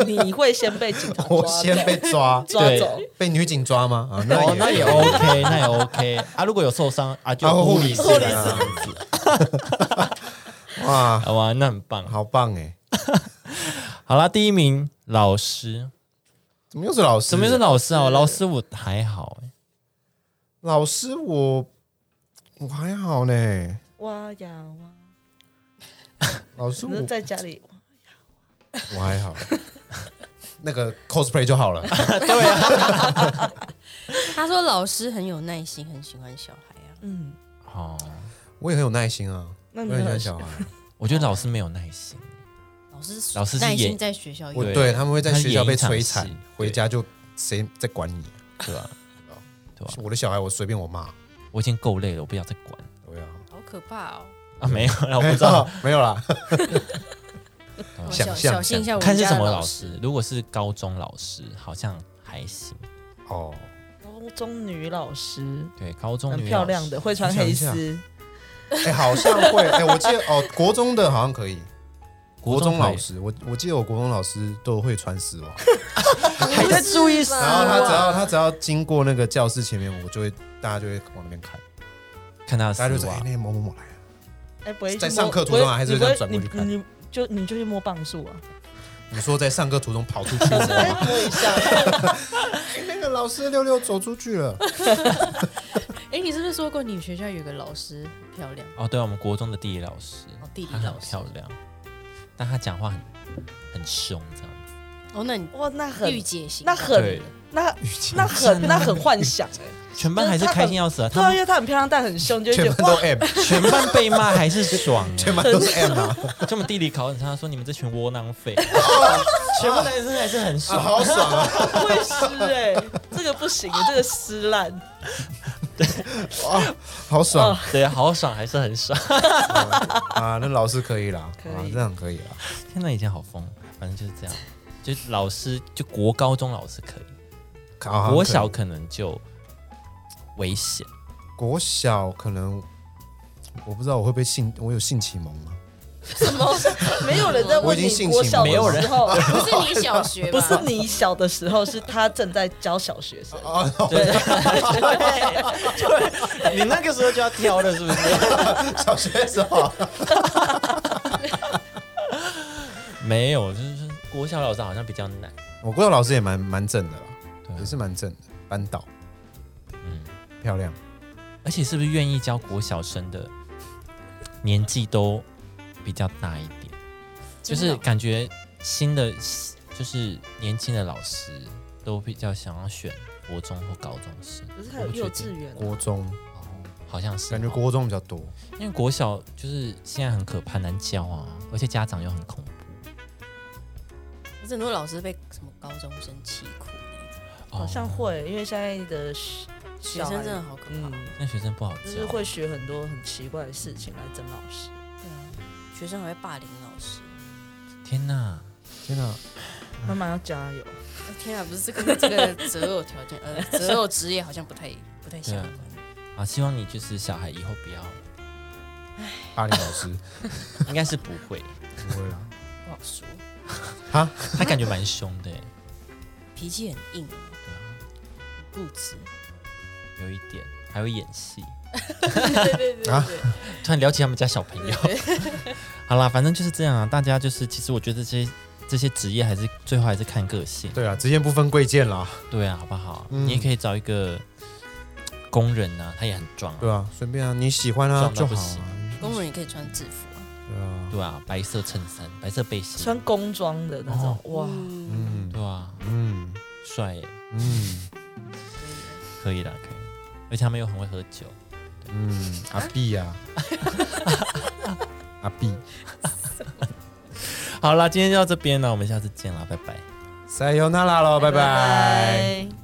[SPEAKER 3] 你会先被警察抓
[SPEAKER 2] 我先
[SPEAKER 3] 走
[SPEAKER 2] 被抓，
[SPEAKER 3] 抓走，
[SPEAKER 2] 被女警抓吗？啊，
[SPEAKER 1] 哦，那
[SPEAKER 2] 那
[SPEAKER 1] 也
[SPEAKER 2] 也
[SPEAKER 1] OK，那也 OK 啊。如果有受伤啊，就
[SPEAKER 2] 啊，
[SPEAKER 1] 护
[SPEAKER 2] 护
[SPEAKER 1] 理
[SPEAKER 2] 理
[SPEAKER 1] 师
[SPEAKER 2] 师
[SPEAKER 3] 护理师
[SPEAKER 2] 啊，哇，
[SPEAKER 1] 好哇，那很棒。
[SPEAKER 2] 好棒哎！
[SPEAKER 1] 好啦，第一名老师，
[SPEAKER 2] 怎么又是老师？
[SPEAKER 1] 什么是老师啊？老师我还好，哎
[SPEAKER 2] 老师？我我还好呢。
[SPEAKER 3] 哇呀哇！
[SPEAKER 2] 老师
[SPEAKER 3] 你
[SPEAKER 2] 我
[SPEAKER 3] 是在家里
[SPEAKER 2] 我还好， 那个 cosplay 就好了。
[SPEAKER 4] 他说老师很有耐心，很喜欢小孩啊。
[SPEAKER 3] 嗯，
[SPEAKER 1] 哦，
[SPEAKER 2] 我也很有耐心啊，
[SPEAKER 3] 那
[SPEAKER 2] 我
[SPEAKER 3] 你
[SPEAKER 2] 也很喜欢
[SPEAKER 3] 很
[SPEAKER 2] 小孩。
[SPEAKER 1] 我觉得老师没有耐心，
[SPEAKER 4] 老师
[SPEAKER 1] 老师是
[SPEAKER 4] 耐
[SPEAKER 1] 演
[SPEAKER 4] 心在学校 有
[SPEAKER 2] 我
[SPEAKER 1] 对
[SPEAKER 2] 对他们会在学校被
[SPEAKER 1] 他演
[SPEAKER 2] 摧
[SPEAKER 1] 一场
[SPEAKER 2] 残
[SPEAKER 1] 戏，
[SPEAKER 2] 回家就谁在管你？啊
[SPEAKER 1] 对吧？对啊吧？
[SPEAKER 2] 我的小孩我随便我骂，
[SPEAKER 1] 我已经够累了，我不要再管
[SPEAKER 2] 对啊，
[SPEAKER 4] 好可怕哦。
[SPEAKER 1] 啊！没有啦，我不知道。
[SPEAKER 2] 没有啦，
[SPEAKER 4] 我
[SPEAKER 2] 想
[SPEAKER 4] 小
[SPEAKER 2] 象
[SPEAKER 4] 小心一下我们
[SPEAKER 1] 看是
[SPEAKER 4] 家
[SPEAKER 1] 什
[SPEAKER 4] 的
[SPEAKER 1] 么
[SPEAKER 4] 老
[SPEAKER 1] 老师，如果是高中老师，好像还行。
[SPEAKER 2] 哦，
[SPEAKER 3] 高中女老师，
[SPEAKER 1] 对，高中
[SPEAKER 3] 很
[SPEAKER 1] 女
[SPEAKER 3] 漂
[SPEAKER 1] 老
[SPEAKER 3] 亮
[SPEAKER 1] 师
[SPEAKER 3] 的，会穿黑丝，
[SPEAKER 2] 哎，好像会，哎，我记得哦，国中的好像可以。国中老
[SPEAKER 1] 会
[SPEAKER 2] 师，我我记得我国中老师都会穿丝袜，
[SPEAKER 1] 还在注意，
[SPEAKER 2] 然后他只要他只要经过那个教室前面，我就会大家就会往那边看，
[SPEAKER 1] 看他的
[SPEAKER 2] 大家就
[SPEAKER 1] 丝
[SPEAKER 2] 说哎
[SPEAKER 1] 袜，
[SPEAKER 2] 那个某某某来了，
[SPEAKER 3] 哎，不会去摸
[SPEAKER 2] 在上课途中啊
[SPEAKER 3] 不
[SPEAKER 2] 还是会这
[SPEAKER 3] 你不
[SPEAKER 2] 样转过去看
[SPEAKER 3] 你你就你就去摸棒数啊，
[SPEAKER 2] 你说在上课途中跑出去吗？
[SPEAKER 3] 摸一下，
[SPEAKER 2] 啊 哎那个老师六六走出去了，
[SPEAKER 4] 哎，你是不是说过你学校有个老师很漂亮？
[SPEAKER 1] 哦，对，我们国中的地理老师，
[SPEAKER 4] 哦，地理
[SPEAKER 1] 她很
[SPEAKER 4] 老师
[SPEAKER 1] 漂亮，但她讲话很很凶，这样子。
[SPEAKER 4] 哦，那你
[SPEAKER 3] 哇，那
[SPEAKER 4] 御
[SPEAKER 3] 很
[SPEAKER 4] 姐型
[SPEAKER 3] 那
[SPEAKER 4] 的，
[SPEAKER 3] 很
[SPEAKER 1] 对，
[SPEAKER 3] 那那 很那很幻想哎，
[SPEAKER 1] 全班还是开心要死啊！
[SPEAKER 3] 对
[SPEAKER 1] 他
[SPEAKER 3] 啊，
[SPEAKER 1] 们
[SPEAKER 3] 因为她很漂亮，但很凶，就 会
[SPEAKER 2] 全
[SPEAKER 3] 觉
[SPEAKER 2] 班
[SPEAKER 3] 得
[SPEAKER 2] 都
[SPEAKER 3] 哇，
[SPEAKER 2] M，
[SPEAKER 1] 全班被骂还是爽 欸，
[SPEAKER 2] 全班都是 M 啊，
[SPEAKER 1] 就我们地理考很差，说你们这群窝囊 废，全部男生还是很爽。
[SPEAKER 2] 好爽啊！
[SPEAKER 3] 会 湿哎，这个不行，欸这个湿烂，
[SPEAKER 2] 哇，好爽
[SPEAKER 3] 哦
[SPEAKER 1] 对，啊好爽还是很爽。
[SPEAKER 2] 啊！那老师可以啦，
[SPEAKER 3] 可以
[SPEAKER 2] 啊，这样可以啦。
[SPEAKER 1] 天哪，以前好疯，反正就是这样。就老师，就国高中老师可以，
[SPEAKER 2] 啊
[SPEAKER 1] 国小可能就危险。
[SPEAKER 2] 国小可能我不知道我会不会性，我有性启蒙吗？
[SPEAKER 3] 什么？没有人在
[SPEAKER 2] 我
[SPEAKER 3] 问
[SPEAKER 2] 已经
[SPEAKER 3] 你
[SPEAKER 2] 性
[SPEAKER 3] 国
[SPEAKER 2] 情
[SPEAKER 3] 小
[SPEAKER 1] 没有
[SPEAKER 3] 的
[SPEAKER 1] 人
[SPEAKER 3] 时候，
[SPEAKER 4] 不是你小学
[SPEAKER 3] 不
[SPEAKER 4] 吧，
[SPEAKER 3] 是你小的时候，是她正在教小学
[SPEAKER 2] 哦
[SPEAKER 3] 生。
[SPEAKER 1] 你那个时候就要挑了，是不是？
[SPEAKER 2] 小学的时候啊，
[SPEAKER 1] 没有，就是国小老师好像比较难，
[SPEAKER 2] 我国小老师也蛮蛮正的啦，
[SPEAKER 1] 对啊
[SPEAKER 2] 也是蛮正的，班导
[SPEAKER 1] 嗯，
[SPEAKER 2] 漂亮。
[SPEAKER 1] 而且是不是愿意教国小生的年纪都比较大一点？就
[SPEAKER 4] 真
[SPEAKER 1] 是
[SPEAKER 4] 的哦
[SPEAKER 1] 感觉新的就是年轻的老师都比较想要选国中或高中生，
[SPEAKER 3] 可是还有
[SPEAKER 1] 我不确
[SPEAKER 3] 幼稚
[SPEAKER 1] 定
[SPEAKER 3] 园啊、
[SPEAKER 2] 国中
[SPEAKER 1] 好像是
[SPEAKER 2] 感觉
[SPEAKER 1] 哦
[SPEAKER 2] 国中比较多，
[SPEAKER 1] 因为国小就是现在很可怕，难教啊，而且家长又很恐怖，
[SPEAKER 4] 可是很多老师被什么高中生气哭那种，
[SPEAKER 1] 哦
[SPEAKER 3] 啊好像会，因为现在的学
[SPEAKER 4] 学生真的好可怕
[SPEAKER 3] 嗯，，
[SPEAKER 1] 那学生不好
[SPEAKER 3] 就是
[SPEAKER 1] 教，
[SPEAKER 3] 会学很多很奇怪的事情来整老师。
[SPEAKER 4] 对啊，学生还会霸凌老师。
[SPEAKER 1] 天哪！
[SPEAKER 2] 天哪！
[SPEAKER 3] 妈妈要加油，
[SPEAKER 4] 天啊，不是这个这个择偶条件，呃，择偶职业好像不太不太相关。
[SPEAKER 1] 啊，希望你就是小孩以后不要，
[SPEAKER 2] 霸凌老师
[SPEAKER 1] 应该是不会，
[SPEAKER 2] 不会啦，
[SPEAKER 4] 不好说，
[SPEAKER 1] 他感觉蛮凶的欸，
[SPEAKER 4] 脾气很硬，
[SPEAKER 1] 对啊。
[SPEAKER 4] 固执。
[SPEAKER 1] 有一点，还会演戏。
[SPEAKER 4] 对对对
[SPEAKER 2] 啊
[SPEAKER 4] 对，
[SPEAKER 1] 突然聊起他们家小朋友， 好啦，反正就是这样啊。大家就是，其实我觉得这些这些职业还是最后还是看个性，
[SPEAKER 2] 对啊，职业不分贵贱啦，
[SPEAKER 1] 对啊，好不好？
[SPEAKER 2] 嗯
[SPEAKER 1] 你也可以找一个工人啊，他也很壮啊，
[SPEAKER 2] 对啊，随便啊，你喜欢啊
[SPEAKER 1] 撞到
[SPEAKER 2] 就
[SPEAKER 1] 不
[SPEAKER 2] 好
[SPEAKER 1] 行
[SPEAKER 2] 啊，
[SPEAKER 4] 工人也可以穿制服啊。
[SPEAKER 2] 对啊，
[SPEAKER 1] 对啊，白色衬衫、白色背心，
[SPEAKER 3] 穿工装的那种，哇，
[SPEAKER 4] 嗯，
[SPEAKER 2] 嗯
[SPEAKER 1] 对啊，
[SPEAKER 2] 嗯
[SPEAKER 1] 帅耶，
[SPEAKER 2] 嗯
[SPEAKER 1] 可以啦，可以。而且他们又很会喝酒，
[SPEAKER 2] 嗯，阿碧呀，阿碧，
[SPEAKER 1] 好啦，今天就到这边了，我们下次见啦，拜拜。
[SPEAKER 2] 塞尤那拉喽，拜拜。
[SPEAKER 3] 拜